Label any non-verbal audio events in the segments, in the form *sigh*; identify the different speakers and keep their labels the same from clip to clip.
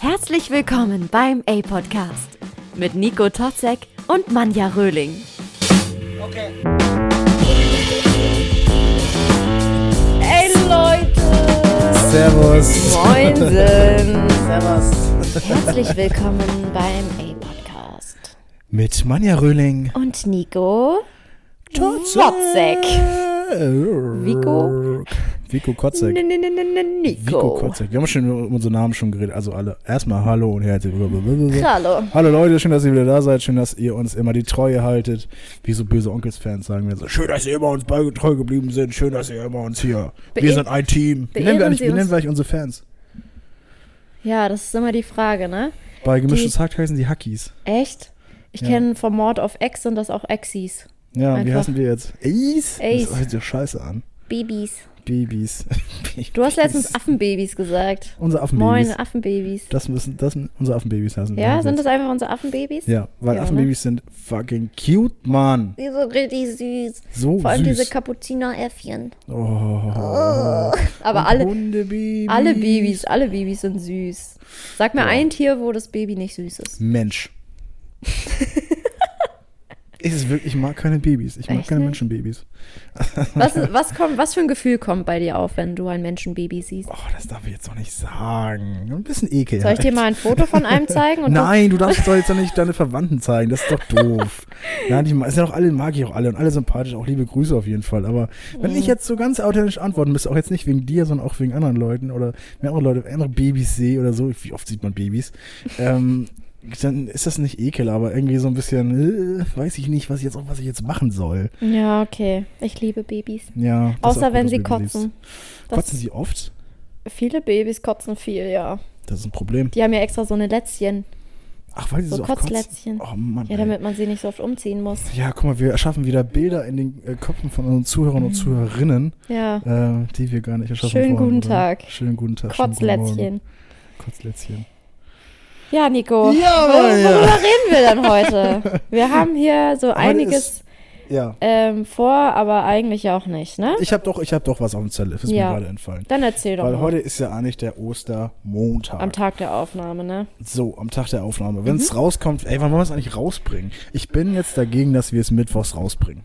Speaker 1: Herzlich willkommen beim A-Podcast mit Nico Totzek und Manja Röhling. Ey Leute!
Speaker 2: Servus.
Speaker 1: Moinsen!
Speaker 2: Servus.
Speaker 1: Herzlich willkommen beim A-Podcast.
Speaker 2: Mit Manja Röhling.
Speaker 1: Und Nico Totzek. Vico?
Speaker 2: Vico Kotzek.
Speaker 1: N- n- n- n- n-
Speaker 2: Vico
Speaker 1: Nico.
Speaker 2: Kotzek. Wir haben schon über unseren Namen schon geredet. Also alle. Erstmal hallo und herzlich willkommen.
Speaker 1: Hallo.
Speaker 2: Hallo Leute, schön, dass ihr wieder da seid. Schön, dass ihr uns immer die Treue haltet. Wie so böse Onkels-Fans sagen wir so. Schön, dass ihr immer uns treu geblieben sind. Schön, dass ihr immer uns hier.
Speaker 1: Beehr-
Speaker 2: Wir sind ein Team. Wie
Speaker 1: beehren
Speaker 2: nennen wir eigentlich,
Speaker 1: Sie
Speaker 2: wie nennen
Speaker 1: uns.
Speaker 2: wir eigentlich unsere Fans?
Speaker 1: Ja, das ist immer die Frage, ne?
Speaker 2: Bei gemischtes Hack heißen die Hackies.
Speaker 1: Echt? Ich
Speaker 2: Ja.
Speaker 1: kenne vom Mord auf Ex sind das auch Exis.
Speaker 2: Ja, wie
Speaker 1: Einfach.
Speaker 2: heißen wir jetzt? Ace?
Speaker 1: Ace.
Speaker 2: Das hört sich scheiße an.
Speaker 1: Babys.
Speaker 2: Babys.
Speaker 1: Du hast letztens
Speaker 2: Babys.
Speaker 1: Affenbabys gesagt.
Speaker 2: Unsere Affenbabys.
Speaker 1: Moin, Affenbabys.
Speaker 2: Das müssen, das müssen unsere Affenbabys heißen.
Speaker 1: Ja, sind das einfach unsere Affenbabys?
Speaker 2: Ja, weil
Speaker 1: Ja, ne?
Speaker 2: Affenbabys sind fucking cute, Mann.
Speaker 1: Die sind richtig süß.
Speaker 2: So
Speaker 1: Vor allem
Speaker 2: Oh, süß.
Speaker 1: diese Kapuziner-Äffchen.
Speaker 2: oh.
Speaker 1: Aber alle,
Speaker 2: Hundebabys.
Speaker 1: alle Babys, alle Babys sind süß. Sag mir ein Tier, wo das Baby nicht süß ist. *laughs*
Speaker 2: Mensch. Ist es wirklich, ich mag keine Babys. Ich mag
Speaker 1: Echt
Speaker 2: keine
Speaker 1: nicht?
Speaker 2: Menschenbabys. *laughs*
Speaker 1: Was, was, kommt, was für ein Gefühl kommt bei dir auf, wenn du ein Menschenbaby siehst?
Speaker 2: Oh, das darf ich jetzt doch nicht sagen. Ein bisschen ekel.
Speaker 1: Soll ich dir mal ein Foto von
Speaker 2: *laughs*
Speaker 1: einem zeigen? Und
Speaker 2: Nein, du darfst doch jetzt doch nicht deine Verwandten zeigen. Das ist doch
Speaker 1: *laughs*
Speaker 2: doof. Nein, die ma- sind auch alle, mag ich auch alle und alle sympathisch. Auch liebe Grüße auf jeden Fall. Aber
Speaker 1: Mhm.
Speaker 2: wenn ich jetzt so ganz authentisch antworten müsste, auch jetzt nicht wegen dir, sondern auch wegen anderen Leuten oder wenn andere Leute, andere Babys sehe oder so, wie oft sieht man Babys, ähm, dann ist das nicht ekel, aber irgendwie so ein bisschen, äh, weiß ich nicht, was ich jetzt auch, was ich jetzt machen soll.
Speaker 1: Du, ja, okay. Ich liebe Babys.
Speaker 2: Ja. das ist auch
Speaker 1: Außer
Speaker 2: gut,
Speaker 1: wenn
Speaker 2: dass
Speaker 1: sie
Speaker 2: du Babys
Speaker 1: kotzen.
Speaker 2: liebst.
Speaker 1: Das-
Speaker 2: Kotzen sie oft?
Speaker 1: Viele Babys kotzen viel, ja.
Speaker 2: Das ist ein Problem.
Speaker 1: Die haben ja extra so eine Lätzchen.
Speaker 2: Ach, weil sie
Speaker 1: So
Speaker 2: so, oft kotzen.
Speaker 1: Kotzlätzchen.
Speaker 2: Oh Mann.
Speaker 1: Ja,
Speaker 2: ey.
Speaker 1: damit man sie nicht so oft umziehen muss.
Speaker 2: Ja, guck mal, wir erschaffen wieder Bilder in den äh, Köpfen von unseren Zuhörern und Zuhörerinnen,
Speaker 1: Ja.
Speaker 2: äh, die wir gar nicht erschaffen
Speaker 1: Mhm. Schönen
Speaker 2: wollen,
Speaker 1: guten
Speaker 2: oder?
Speaker 1: Tag.
Speaker 2: Schönen guten Tag. schönen guten Morgen.
Speaker 1: Kotzlätzchen. Oh.
Speaker 2: Kotzlätzchen.
Speaker 1: Ja, Nico.
Speaker 2: Ja,
Speaker 1: wor- *laughs*
Speaker 2: Maria.
Speaker 1: worüber reden wir denn
Speaker 2: *laughs*
Speaker 1: heute? Wir haben hier so einiges
Speaker 2: ist- Ja,
Speaker 1: ähm, vor, aber eigentlich auch nicht, ne?
Speaker 2: ich habe doch, ich hab doch was auf dem Zettel, ist
Speaker 1: Ja.
Speaker 2: mir gerade entfallen.
Speaker 1: Dann erzähl doch
Speaker 2: Weil
Speaker 1: mal.
Speaker 2: heute ist ja eigentlich der Ostermontag.
Speaker 1: am Mhm. Tag der Aufnahme, ne?
Speaker 2: so, am Tag der Aufnahme. Wenn es rauskommt, ey, wann wollen wir es eigentlich rausbringen? Ich bin jetzt dagegen, dass wir es mittwochs rausbringen.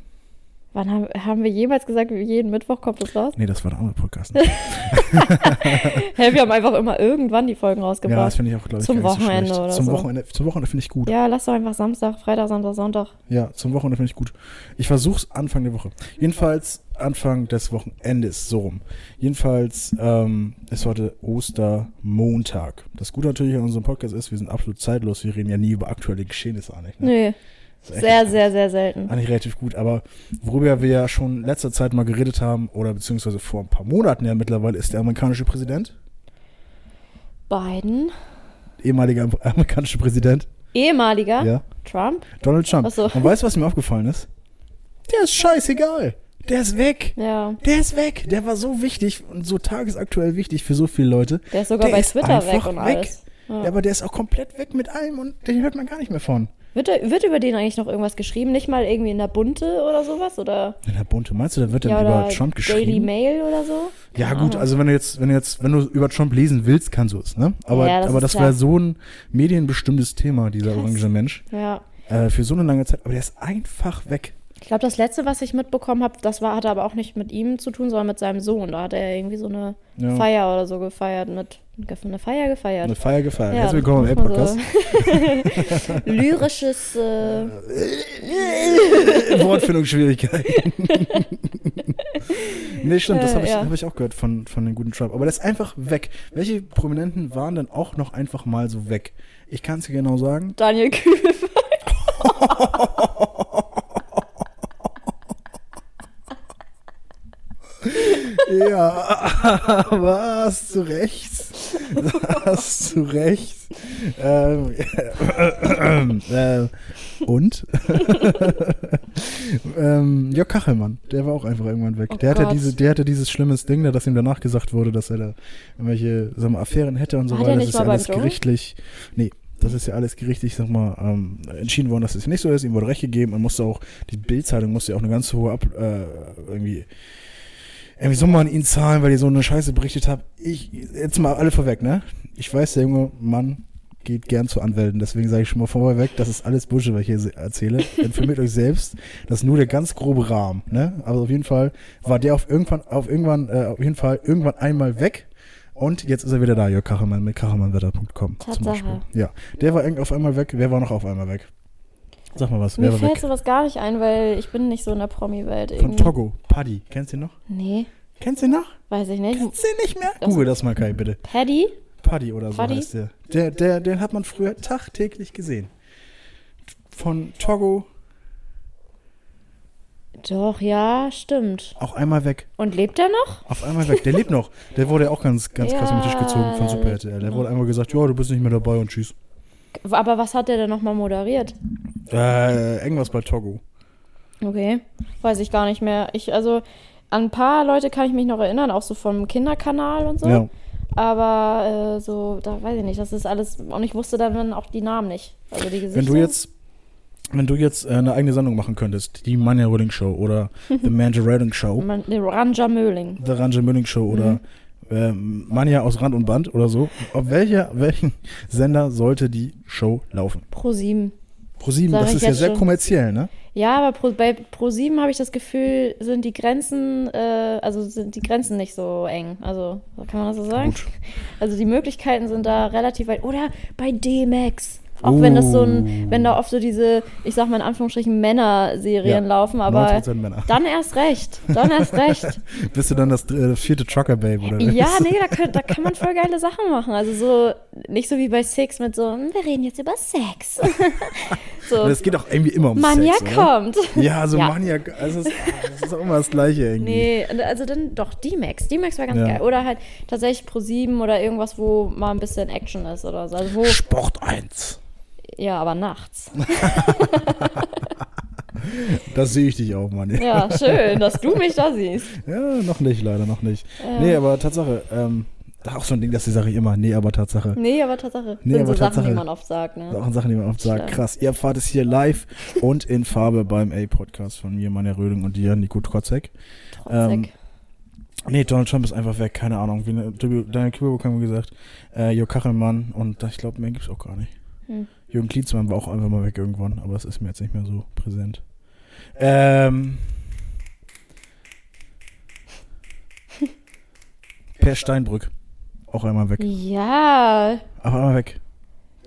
Speaker 1: Wann haben, haben wir jemals gesagt, jeden Mittwoch kommt das
Speaker 2: *laughs*
Speaker 1: raus?
Speaker 2: Nee, das war der andere Podcast. ne?
Speaker 1: *laughs* Hä, wir haben einfach immer irgendwann die Folgen
Speaker 2: ja, das
Speaker 1: rausgebracht.
Speaker 2: finde ich auch, glaube ich,
Speaker 1: Genau. Zum
Speaker 2: gar nicht
Speaker 1: Wochenende
Speaker 2: so schlecht.
Speaker 1: oder
Speaker 2: zum
Speaker 1: so.
Speaker 2: Wochenende, zum Wochenende finde ich gut.
Speaker 1: Ja, lass doch einfach Samstag, Freitag, Samstag, Sonntag.
Speaker 2: Ja, zum Wochenende finde ich gut. Ich versuche es Anfang der Woche. Jedenfalls Anfang des Wochenendes, so rum. Jedenfalls ähm, ist heute Ostermontag. Das Gute natürlich an unserem Podcast ist, wir sind absolut zeitlos. Wir reden ja nie über aktuelle Geschehnisse eigentlich. Ne?
Speaker 1: Nö.
Speaker 2: Das ist
Speaker 1: Sehr,
Speaker 2: echt
Speaker 1: sehr, sehr selten.
Speaker 2: Eigentlich relativ gut, aber worüber wir ja schon in letzter Zeit mal geredet haben, oder beziehungsweise vor ein paar Monaten ja mittlerweile, ist der amerikanische Präsident,
Speaker 1: Biden.
Speaker 2: ehemaliger Am- *laughs* amerikanische Präsident,
Speaker 1: Ehemaliger.
Speaker 2: ja,
Speaker 1: Trump.
Speaker 2: Donald Trump.
Speaker 1: Ach so.
Speaker 2: Und weißt du, was mir aufgefallen ist? Der ist scheißegal. Der ist weg.
Speaker 1: Ja.
Speaker 2: Der ist weg. Der war so wichtig und so tagesaktuell wichtig für so viele Leute.
Speaker 1: Der ist sogar bei Twitter weg
Speaker 2: einfach
Speaker 1: und alles. Ja.
Speaker 2: Ja. aber der ist auch komplett weg mit allem und den hört man gar nicht mehr von.
Speaker 1: Wird, da- wird über den eigentlich noch irgendwas geschrieben? Nicht mal irgendwie in der Bunte oder sowas? Oder,
Speaker 2: Na, Bunte, meinst du, da wird dann
Speaker 1: ja,
Speaker 2: über
Speaker 1: oder
Speaker 2: Trump
Speaker 1: Daily
Speaker 2: geschrieben?
Speaker 1: Mail oder so?
Speaker 2: Ja, gut, also wenn du jetzt, wenn du jetzt, wenn du über Trump lesen willst, kannst du es, ne? Aber,
Speaker 1: Ja, das
Speaker 2: aber
Speaker 1: ist
Speaker 2: das
Speaker 1: klar.
Speaker 2: war so ein medienbestimmtes Thema, dieser
Speaker 1: Krass.
Speaker 2: orange Mensch.
Speaker 1: Ja.
Speaker 2: Äh, für so eine lange Zeit. Aber der ist einfach weg.
Speaker 1: Ich glaube, das letzte, was ich mitbekommen habe, das war, hatte aber auch nicht mit ihm zu tun, sondern mit seinem Sohn. Da hat er irgendwie so eine
Speaker 2: Ja.
Speaker 1: Feier oder so gefeiert. Mit, eine Feier gefeiert.
Speaker 2: Eine Feier gefeiert.
Speaker 1: Ja,
Speaker 2: Herzlich willkommen im
Speaker 1: das muss man
Speaker 2: Podcast.
Speaker 1: so. *laughs* Lyrisches. Äh, *laughs*
Speaker 2: *laughs* Wortfindungsschwierigkeiten. nee, stimmt, das
Speaker 1: Äh,
Speaker 2: habe ich,
Speaker 1: ja.
Speaker 2: hab ich auch gehört von, von den guten Trump. Aber das ist einfach weg. Welche Prominenten waren dann auch noch einfach mal so weg? Ich kann es dir genau sagen.
Speaker 1: Daniel Kühl.
Speaker 2: ja, *laughs* aber hast du recht. Hast du recht. Ähm, äh, und? *laughs* ähm, Jörg Kachelmann, der war auch einfach irgendwann weg.
Speaker 1: Oh
Speaker 2: der, hatte
Speaker 1: Gott.
Speaker 2: diese, der hatte dieses schlimmes Ding, da, dass ihm danach gesagt wurde, dass er da irgendwelche sag mal, Affären hätte und so
Speaker 1: War der
Speaker 2: weiter. Das
Speaker 1: nicht
Speaker 2: ist
Speaker 1: mal
Speaker 2: ja
Speaker 1: beim
Speaker 2: alles
Speaker 1: Dschungel?
Speaker 2: gerichtlich. Nee. Das ist ja alles gerichtlich, sag mal, ähm, entschieden worden, dass es nicht so ist. Ihm wurde Recht gegeben. Man musste auch, die Bildzeitung musste ja auch eine ganz hohe Ab, äh, irgendwie irgendwie soll man ihn zahlen, weil ihr so eine Scheiße berichtet habt. Ich, jetzt mal alle vorweg, ne? Ich weiß, der junge Mann geht gern zu Anwälten. Deswegen sage ich schon mal vorweg, das ist alles Busche, was ich hier
Speaker 3: *laughs*
Speaker 2: se- erzähle. Informiert euch selbst. Das ist nur der ganz grobe Rahmen. Ne? Also auf jeden Fall war der auf irgendwann, auf irgendwann, äh, auf jeden Fall irgendwann einmal weg. Und jetzt ist er wieder da, Jörg Kachemann mit kachemannwetter.com zum
Speaker 3: Tatsache.
Speaker 2: Beispiel. Ja, der war irgend auf einmal weg. Wer war noch auf einmal weg? Sag mal was.
Speaker 3: Mir
Speaker 2: Wer war
Speaker 3: fällt
Speaker 2: weg?
Speaker 3: sowas gar nicht ein, weil ich bin nicht so in der Promi-Welt
Speaker 2: Von
Speaker 3: irgendwie.
Speaker 2: Togo. Paddy. Kennst du ihn noch?
Speaker 3: Nee,
Speaker 2: Kennst du ihn noch?
Speaker 3: weiß ich nicht.
Speaker 2: Kennst du ihn nicht mehr? Google das mal, Kai, bitte.
Speaker 3: Paddy?
Speaker 2: Paddy oder so
Speaker 3: Paddy?
Speaker 2: heißt der. Der, der. Den hat man früher tagtäglich gesehen. Von Togo
Speaker 3: Doch, ja, stimmt.
Speaker 2: auch einmal weg.
Speaker 3: Und lebt er noch?
Speaker 2: Auf einmal weg. Der lebt noch. Der wurde ja auch ganz, ganz krass
Speaker 3: Ja,
Speaker 2: mit Tisch gezogen von
Speaker 3: der
Speaker 2: Super
Speaker 3: lebt
Speaker 2: RTL. Der wurde einmal gesagt, ja, du bist nicht mehr dabei und tschüss.
Speaker 3: Aber was hat er denn nochmal moderiert?
Speaker 2: Äh, irgendwas bei Togo.
Speaker 3: Okay, weiß ich gar nicht mehr. Ich, also, an ein paar Leute kann ich mich noch erinnern, auch so vom Kinderkanal und so.
Speaker 2: Ja.
Speaker 3: Aber äh, so, da weiß ich nicht, das ist alles. Und ich wusste dann auch die Namen nicht. Also die Gesichter.
Speaker 2: Wenn du jetzt, wenn du jetzt äh, eine eigene Sendung machen könntest, die Manja Röding Show
Speaker 3: *laughs*
Speaker 2: oder The Manja Röding Show,
Speaker 3: Man, nee, Ranja Möhling.
Speaker 2: The Range Münning Show
Speaker 3: Mhm.
Speaker 2: oder ähm, Manja aus Rand und Band oder so, auf welcher, welchen Sender sollte die Show laufen?
Speaker 3: Pro 7.
Speaker 2: ProSieben,
Speaker 3: Sag
Speaker 2: das
Speaker 3: ich
Speaker 2: ist ja
Speaker 3: jetzt
Speaker 2: sehr
Speaker 3: schon.
Speaker 2: kommerziell, ne?
Speaker 3: Ja, aber Pro, bei Pro 7 habe ich das Gefühl, sind die Grenzen, äh, also sind die Grenzen nicht so eng. Also, kann man das so sagen?
Speaker 2: Gut.
Speaker 3: *laughs* Also die Möglichkeiten sind da relativ weit. Oder bei D-Max. Auch wenn das so ein,
Speaker 2: Oh.
Speaker 3: wenn da oft so diese, ich sag mal in Anführungsstrichen, Männer-Serien
Speaker 2: Ja,
Speaker 3: laufen, aber
Speaker 2: 90% Männer. *laughs*
Speaker 3: dann erst recht. Dann erst recht.
Speaker 2: Bist du dann das äh, vierte Trucker Babe oder was?
Speaker 3: Ja, nee, da kann, da kann man voll geile Sachen machen. Also so, nicht so wie bei Six mit so, "Hm, wir reden jetzt über Sex. *laughs*
Speaker 2: Aber
Speaker 3: so,
Speaker 2: das geht auch irgendwie immer um
Speaker 3: Manja
Speaker 2: Sex, oder?
Speaker 3: kommt.
Speaker 2: Ja, so
Speaker 3: *laughs* Ja.
Speaker 2: Manja, also es ist, das ist auch immer das Gleiche irgendwie.
Speaker 3: Nee, also dann doch D-Max. D-Max war ganz
Speaker 2: Hm. Ja.
Speaker 3: geil. Oder halt tatsächlich Pro7 oder irgendwas, wo mal ein bisschen Action ist oder so. Also wo,
Speaker 2: Sport 1.
Speaker 3: ja, aber
Speaker 2: *laughs*
Speaker 3: nachts.
Speaker 2: Das sehe ich dich auch, Manja.
Speaker 3: Ja, schön, dass du mich da siehst.
Speaker 2: Ja, noch nicht, leider noch nicht. Nee, aber Tatsache, ähm, auch so ein Ding, das sage ich immer. Nee, aber Tatsache.
Speaker 3: Nee, aber Tatsache.
Speaker 2: Nee,
Speaker 3: sind
Speaker 2: aber
Speaker 3: so Sachen,
Speaker 2: Tatsache.
Speaker 3: die man oft sagt, ne?
Speaker 2: Das ist auch eine Sache, die man oft sagt.
Speaker 3: Stimmt.
Speaker 2: Krass, ihr erfahrt es hier live und in Farbe beim A-Podcast von mir, Manja Röding und dir, Nico Trotzek.
Speaker 3: Trotzek.
Speaker 2: ähm, Nee, Donald Trump ist einfach weg, keine Ahnung. Wie eine- Daniel Kübelburg haben wir gesagt, äh, Jo Kachelmann und ich glaube, mehr gibt's auch gar nicht.
Speaker 3: Hm.
Speaker 2: Jürgen Klinsmann war auch einfach mal weg irgendwann, aber das ist mir jetzt nicht mehr so präsent.
Speaker 3: *laughs*
Speaker 2: Ähm. per Steinbrück. Auch einmal weg.
Speaker 3: ja,
Speaker 2: Auch einmal weg.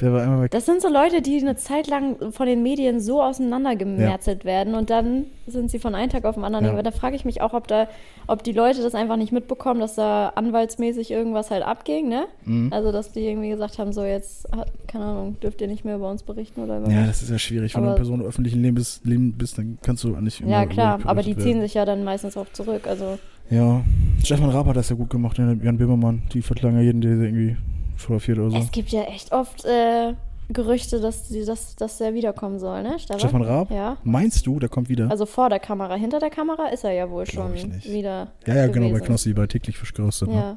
Speaker 2: Der war einmal weg.
Speaker 3: das sind so Leute, die eine Zeit lang von den Medien so auseinandergemerzelt werden und dann sind sie von einem Tag auf den anderen.
Speaker 2: Ja.
Speaker 3: Aber da frage ich mich auch, ob da, ob die Leute das einfach nicht mitbekommen, dass da anwaltsmäßig irgendwas halt abging, ne?
Speaker 2: Mhm.
Speaker 3: Also dass die irgendwie gesagt haben, so jetzt, keine Ahnung, dürft ihr nicht mehr über uns berichten oder über
Speaker 2: Ja, das ist ja schwierig. Wenn du
Speaker 3: Aber-
Speaker 2: eine Person im öffentlichen Leben bist, Leben bist dann kannst du nicht immer
Speaker 3: ja klar, aber die
Speaker 2: berichtet
Speaker 3: ziehen
Speaker 2: werden.
Speaker 3: sich ja dann meistens auch zurück. Also
Speaker 2: Ja, Stefan Raab hat das ja gut gemacht, ne? Jan Böhmermann. Die verklagen ja jeden, der sie irgendwie fotografiert oder so.
Speaker 3: Es gibt ja echt oft äh, Gerüchte, dass, die, dass, dass er wiederkommen soll, ne? Stefan?
Speaker 2: Stefan Raab?
Speaker 3: Ja.
Speaker 2: Meinst du, der kommt wieder?
Speaker 3: Also vor der Kamera. Hinter der Kamera ist er ja wohl
Speaker 2: Glaub
Speaker 3: schon
Speaker 2: ich nicht.
Speaker 3: wieder.
Speaker 2: ja, ja,
Speaker 3: gewesen.
Speaker 2: genau, bei Knossi, bei täglich verschgeröstet. Ne?
Speaker 3: Ja.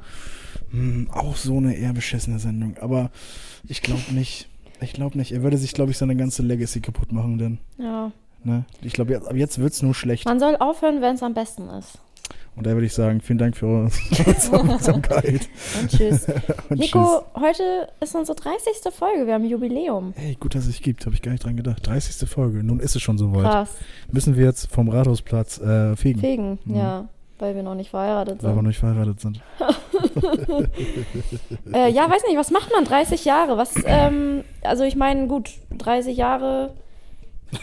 Speaker 2: Hm, auch so eine eher beschissene Sendung. Aber ich glaube nicht. Ich glaube nicht. Er würde sich, glaube ich, seine ganze Legacy kaputt machen, denn.
Speaker 3: ja.
Speaker 2: Ne? Ich glaube, jetzt, ab jetzt wird es nur schlecht.
Speaker 3: Man soll aufhören, wenn es am besten ist.
Speaker 2: Und da würde ich sagen, vielen Dank
Speaker 3: *laughs*
Speaker 2: für eure *laughs* Aufmerksamkeit. *laughs*
Speaker 3: Und tschüss.
Speaker 2: Und
Speaker 3: Nico,
Speaker 2: tschüss.
Speaker 3: heute ist unsere 30. Folge. Wir haben Jubiläum.
Speaker 2: Hey, gut, dass es gibt. Habe ich gar nicht dran gedacht. 30. Folge. Nun ist es schon soweit.
Speaker 3: Krass.
Speaker 2: Müssen wir jetzt vom Rathausplatz äh, fegen,
Speaker 3: Fegen, ja. Weil wir noch nicht verheiratet
Speaker 2: weil wir noch
Speaker 3: sind.
Speaker 2: nicht verheiratet sind.
Speaker 3: Äh, ja, weiß nicht, was macht man? 30 Jahre. Was, ähm, also ich meine, gut, 30 Jahre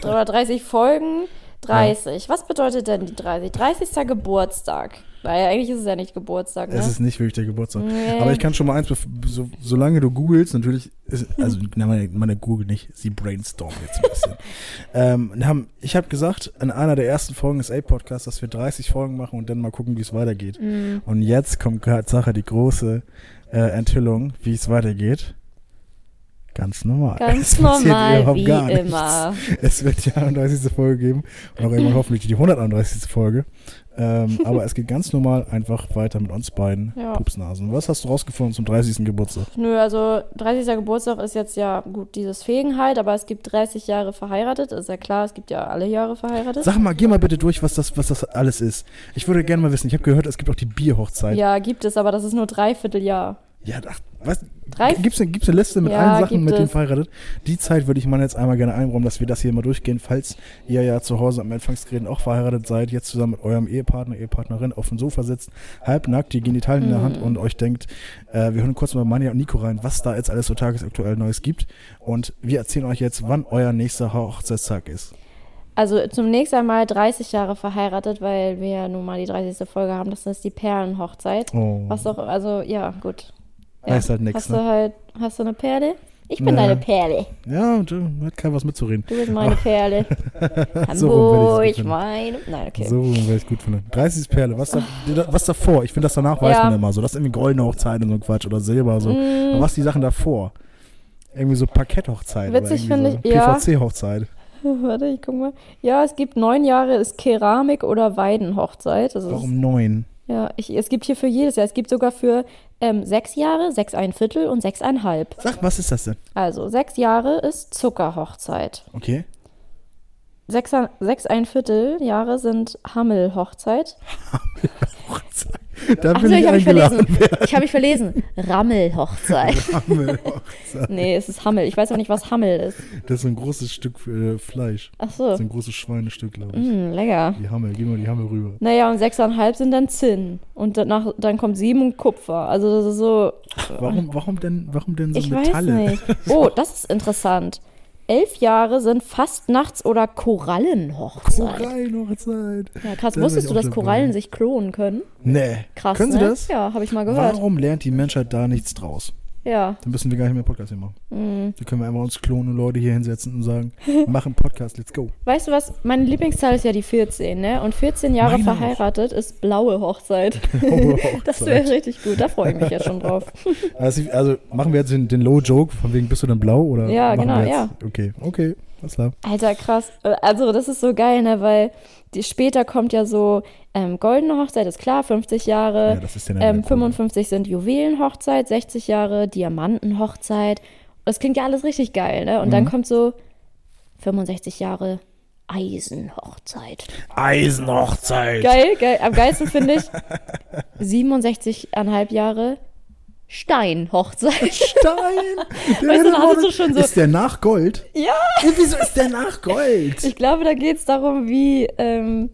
Speaker 3: oder 30 Folgen, 30. Was bedeutet denn die 30? 30. Geburtstag. Naja, eigentlich ist es ja nicht Geburtstag, ne?
Speaker 2: Es ist nicht wirklich der Geburtstag.
Speaker 3: Nee.
Speaker 2: Aber ich kann schon mal eins, bef- so, solange du googelst, natürlich,
Speaker 3: *laughs*
Speaker 2: ist, also na, meine, meine Google nicht, sie brainstormt jetzt ein bisschen. ähm, haben, ich habe gesagt, in einer der ersten Folgen des A-Podcasts, dass wir 30 Folgen machen und dann mal gucken, wie es weitergeht.
Speaker 3: Mhm.
Speaker 2: Und jetzt kommt Tatsache die große äh, Enthüllung, wie es weitergeht. Ganz normal.
Speaker 3: Ganz
Speaker 2: *laughs* Es passiert
Speaker 3: normal,
Speaker 2: überhaupt
Speaker 3: wie
Speaker 2: gar nichts.
Speaker 3: immer.
Speaker 2: Es wird die 31. Folge geben und auch irgendwann hoffentlich die 131. Folge. Ähm, aber es geht ganz normal einfach weiter mit uns beiden
Speaker 3: Ja.
Speaker 2: Pupsnasen. Was hast du rausgefunden zum 30. Geburtstag?
Speaker 3: Nö, also 30. Geburtstag ist jetzt ja gut dieses Fegen halt, aber es gibt 30 Jahre verheiratet. Ist ja klar, es gibt ja alle Jahre verheiratet.
Speaker 2: Sag mal, geh mal bitte durch, was das, was das alles ist. Ich würde gerne mal wissen. Ich habe gehört, es gibt auch die Bierhochzeit.
Speaker 3: ja, gibt es, aber das ist nur dreiviertel Jahr.
Speaker 2: ja ach, Was,
Speaker 3: Drei-
Speaker 2: gibt's, eine, gibt's eine Liste mit
Speaker 3: Ja,
Speaker 2: allen Sachen,
Speaker 3: gibt
Speaker 2: mit denen
Speaker 3: es.
Speaker 2: verheiratet? Die Zeit würde ich mal jetzt einmal gerne einräumen, dass wir das hier mal durchgehen, falls ihr ja zu Hause am Empfangsgerät auch verheiratet seid, jetzt zusammen mit eurem Ehepartner, Ehepartnerin auf dem Sofa sitzt, halbnackt, die Genitalien in der
Speaker 3: Hm.
Speaker 2: Hand und euch denkt, äh, wir hören kurz mal Manja und Nico rein, was da jetzt alles so tagesaktuell Neues gibt. Und wir erzählen euch jetzt, wann euer nächster Hochzeitstag ist.
Speaker 3: Also zunächst einmal 30 Jahre verheiratet, weil wir ja nun mal die 30. Folge haben. Das ist die Perlenhochzeit.
Speaker 2: Oh.
Speaker 3: Was auch, also ja, gut. Ja.
Speaker 2: Heißt halt nix,
Speaker 3: Hast
Speaker 2: ne?
Speaker 3: du halt, hast du eine Perle? Ich bin
Speaker 2: Ja.
Speaker 3: deine Perle.
Speaker 2: Ja, und äh, hat keiner was mitzureden.
Speaker 3: Du bist meine Perle.
Speaker 2: Oh. *laughs* So rum
Speaker 3: Hamburg,
Speaker 2: werd ich's gut finden.
Speaker 3: meine. Nein, okay.
Speaker 2: So rum wäre ich gut finde. 30 Perle, was, da, was davor? Ich finde, das danach weiß
Speaker 3: Ja. Mm.
Speaker 2: man immer so. Das ist irgendwie goldene Hochzeit und so ein Quatsch oder Silber. So. Aber was die Sachen davor? Irgendwie so Parketthochzeit.
Speaker 3: Witzig
Speaker 2: oder irgendwie
Speaker 3: finde ich, ja.
Speaker 2: PVC-Hochzeit.
Speaker 3: Warte, ich guck mal. Ja, es gibt neun Jahre ist Keramik- oder Weidenhochzeit. Das ist,
Speaker 2: Warum neun?
Speaker 3: ja, ich, es gibt hier für jedes Jahr. Es gibt sogar für ähm, sechs Jahre, sechs ein Viertel und sechseinhalb.
Speaker 2: Sag, was ist das denn?
Speaker 3: Also sechs Jahre ist Zuckerhochzeit.
Speaker 2: Okay. *laughs*
Speaker 3: Sechs, sechs ein Viertel Jahre sind Hammelhochzeit.
Speaker 2: Hochzeit. Da bin
Speaker 3: Achso,
Speaker 2: ich
Speaker 3: ich habe mich verlesen.
Speaker 2: eingeladen. *laughs*
Speaker 3: Ich habe mich verlesen. Rammelhochzeit.
Speaker 2: Hammelhochzeit.
Speaker 3: Nee, es ist Hammel. Ich weiß auch nicht, was Hammel ist.
Speaker 2: Das ist so ein großes Stück äh, Fleisch.
Speaker 3: Achso.
Speaker 2: Das ist ein großes Schweinestück, glaube ich.
Speaker 3: Hm, lecker.
Speaker 2: Die Hammel, gib mal die Hammel rüber.
Speaker 3: Naja, und sechseinhalb sind dann Zinn. Und danach, dann kommt sieben und Kupfer. Also das ist so,
Speaker 2: Warum, warum, denn, warum denn so
Speaker 3: ich
Speaker 2: Metalle?
Speaker 3: weiß
Speaker 2: *laughs*
Speaker 3: nicht. Oh, das ist interessant. Elf Jahre sind Fastnachts- oder Korallenhochzeit.
Speaker 2: Korallenhochzeit.
Speaker 3: Ja, krass,
Speaker 2: Da wär ich
Speaker 3: wusstest du,
Speaker 2: auch
Speaker 3: dass
Speaker 2: dabei.
Speaker 3: Korallen sich klonen können?
Speaker 2: Nee.
Speaker 3: Krass,
Speaker 2: Können Sie
Speaker 3: ne?
Speaker 2: das?
Speaker 3: Ja, habe ich mal gehört.
Speaker 2: Warum lernt die Menschheit da nichts draus?
Speaker 3: Ja.
Speaker 2: Dann müssen wir gar nicht mehr Podcast hier machen.
Speaker 3: Mhm.
Speaker 2: Da können wir einfach uns klonen und Leute hier hinsetzen und sagen, *laughs* mach einen Podcast, let's go. *laughs*
Speaker 3: Weißt du was? Meine Lieblingszahl ist ja die 14, ne? Und 14 Jahre
Speaker 2: Meine auch.
Speaker 3: verheiratet ist blaue Hochzeit.
Speaker 2: Blaue
Speaker 3: Das
Speaker 2: *laughs* Hochzeit.
Speaker 3: wäre richtig gut. Da freue ich mich ja schon drauf.
Speaker 2: Also, also machen wir jetzt den, den Low-Joke, von wegen bist du dann blau oder?
Speaker 3: Ja,
Speaker 2: machen
Speaker 3: genau,
Speaker 2: wir jetzt?
Speaker 3: ja.
Speaker 2: Okay, okay, alles klar.
Speaker 3: Alter, krass. Äh, Also, das ist so geil, ne? Weil die, später kommt ja so ähm, goldene Hochzeit, ist klar, 50 Jahre.
Speaker 2: Ja, das ist ja dann
Speaker 3: ähm,
Speaker 2: wieder cool.
Speaker 3: 55 sind Juwelenhochzeit, 60 Jahre Diamantenhochzeit. Das klingt ja alles richtig geil, ne? Und
Speaker 2: Mhm.
Speaker 3: dann kommt so 65 Jahre Eisenhochzeit.
Speaker 2: Eisenhochzeit.
Speaker 3: Geil, geil. Am geilsten finde ich 67,5 Jahre
Speaker 2: *laughs*
Speaker 3: Steinhochzeit. *laughs*
Speaker 2: Stein. Der
Speaker 3: Weißt du,
Speaker 2: hätte
Speaker 3: da hattest
Speaker 2: Worte-
Speaker 3: du schon so-
Speaker 2: Ist der nach Gold?
Speaker 3: ja!
Speaker 2: Wieso ist der nach
Speaker 3: *laughs*
Speaker 2: Gold?
Speaker 3: Ich glaube, da geht es darum, wie, ähm,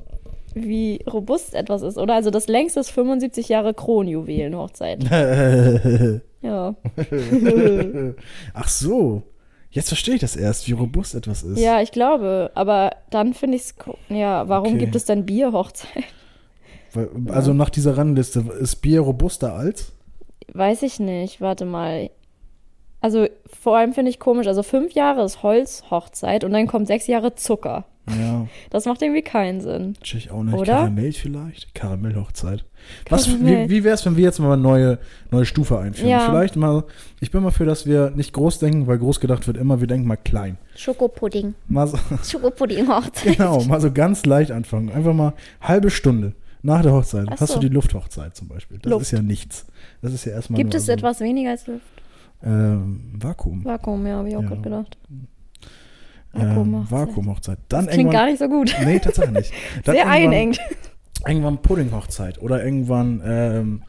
Speaker 3: wie robust etwas ist, oder? Also das längste ist 75 Jahre Kronjuwelenhochzeit. ja.
Speaker 2: Ach so. Jetzt verstehe ich das erst, wie robust etwas ist.
Speaker 3: ja, ich glaube. Aber dann finde ich es. Ja, warum
Speaker 2: Okay.
Speaker 3: gibt es dann Bierhochzeit? *laughs*
Speaker 2: Weil- Also nach dieser Rangliste, ist Bier robuster als?
Speaker 3: Weiß ich nicht. Warte mal. Also vor allem finde ich komisch. Also fünf Jahre ist Holzhochzeit und dann kommt sechs Jahre Zucker.
Speaker 2: Ja.
Speaker 3: Das macht irgendwie keinen Sinn.
Speaker 2: Check ich auch nicht.
Speaker 3: Oder?
Speaker 2: Karamell vielleicht? Karamellhochzeit. Was,
Speaker 3: Karamell.
Speaker 2: wie wie wäre es, wenn wir jetzt mal eine neue, neue Stufe einführen?
Speaker 3: Ja.
Speaker 2: Vielleicht mal, ich bin mal für, dass wir nicht groß denken, weil groß gedacht wird immer, wir denken mal klein.
Speaker 3: Schokopudding.
Speaker 2: Mal so,
Speaker 3: *laughs* Schokopudding-Hochzeit.
Speaker 2: genau, mal so ganz leicht anfangen. Einfach mal halbe Stunde nach der Hochzeit.
Speaker 3: Ach
Speaker 2: Hast du
Speaker 3: so.
Speaker 2: die Lufthochzeit zum Beispiel? Das
Speaker 3: Luft.
Speaker 2: ist ja nichts. Das ist ja erstmal
Speaker 3: Gibt
Speaker 2: nur
Speaker 3: es
Speaker 2: so,
Speaker 3: etwas weniger als Luft?
Speaker 2: Ähm, Vakuum.
Speaker 3: Vakuum, ja, habe ich auch
Speaker 2: Ja.
Speaker 3: gerade gedacht.
Speaker 2: Ähm,
Speaker 3: Vakuum-Hochzeit.
Speaker 2: Vakuumhochzeit. Dann
Speaker 3: Klingt gar
Speaker 2: irgendwann.
Speaker 3: nicht so gut.
Speaker 2: Nee, tatsächlich
Speaker 3: *laughs*
Speaker 2: nicht. Dann
Speaker 3: Sehr
Speaker 2: irgendwann-
Speaker 3: einengt.
Speaker 2: irgendwann Pudding-Hochzeit oder irgendwann ähm,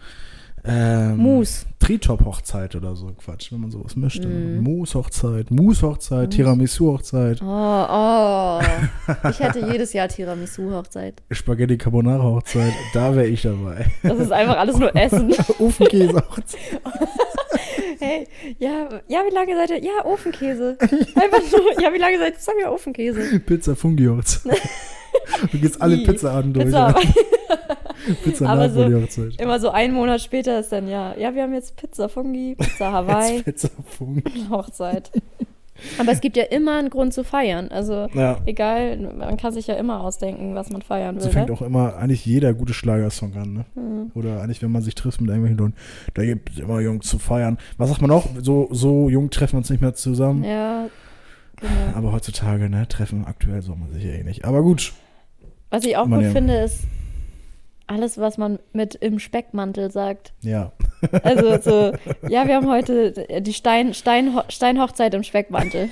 Speaker 2: ähm,
Speaker 3: Mousse. Mhm.
Speaker 2: Tritop-Hochzeit oder so Quatsch, wenn man sowas mischt. Mousse-Hochzeit, Mousse-Hochzeit, Tiramisu-Hochzeit,
Speaker 3: Oh, oh. Ich hätte jedes Jahr Tiramisu-Hochzeit.
Speaker 2: Spaghetti Carbonara-Hochzeit, da wäre
Speaker 3: *laughs*
Speaker 2: ich dabei.
Speaker 3: Das ist einfach alles nur Essen.
Speaker 2: Ofenkäse-Hochzeit.
Speaker 3: Hey, ja, ja, wie lange seid ihr? Ja, Ofenkäse. Einfach nur, ja, wie lange seid ihr? Sagen wir Ofenkäse.
Speaker 2: Pizza
Speaker 3: *laughs*
Speaker 2: Fungi-Hochzeit. Du gehst alle
Speaker 3: Ih,
Speaker 2: Pizzaabend durch.
Speaker 3: Pizza,
Speaker 2: oder? Pizza
Speaker 3: aber so
Speaker 2: Napoli-Hochzeit.
Speaker 3: immer so einen Monat später ist dann ja, ja, wir haben jetzt Pizza Fungi, Pizza Hawaii,
Speaker 2: Jetzt Pizza Fungi.
Speaker 3: Hochzeit. Aber es gibt ja immer einen Grund zu feiern. Also
Speaker 2: Ja.
Speaker 3: egal, man kann sich ja immer ausdenken, was man feiern will.
Speaker 2: So fängt
Speaker 3: ne?
Speaker 2: auch immer eigentlich jeder gute Schlagersong an, ne? Oder eigentlich, wenn man sich trifft mit irgendwelchen Leuten, da gibt es immer jung zu feiern. Was sagt man auch? So, so jung treffen wir uns nicht mehr zusammen.
Speaker 3: Ja, genau.
Speaker 2: Aber heutzutage, ne, treffen aktuell soll man sich ja eh nicht. Aber gut,
Speaker 3: Was ich auch
Speaker 2: Man
Speaker 3: gut
Speaker 2: ja-
Speaker 3: finde, ist alles, was man mit im Speckmantel sagt.
Speaker 2: ja. *laughs*
Speaker 3: Also so, ja, wir haben heute die Stein, Stein, Steinhochzeit im
Speaker 2: *laughs*
Speaker 3: Speckmantel.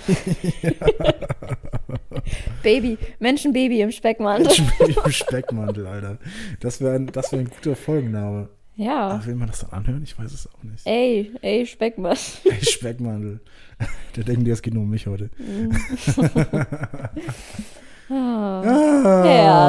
Speaker 3: Baby, Menschenbaby im Speckmantel.
Speaker 2: Im Speckmantel, Alter. Das wäre ein, das wär ein guter Folgenname.
Speaker 3: Ja.
Speaker 2: Ach, will man das dann anhören? Ich weiß es auch nicht.
Speaker 3: Ey, ey, Speckmann.
Speaker 2: *laughs* Ey, Speckmandel. da denken die, es geht nur um mich heute.
Speaker 3: *laughs* Ah.
Speaker 2: Ah,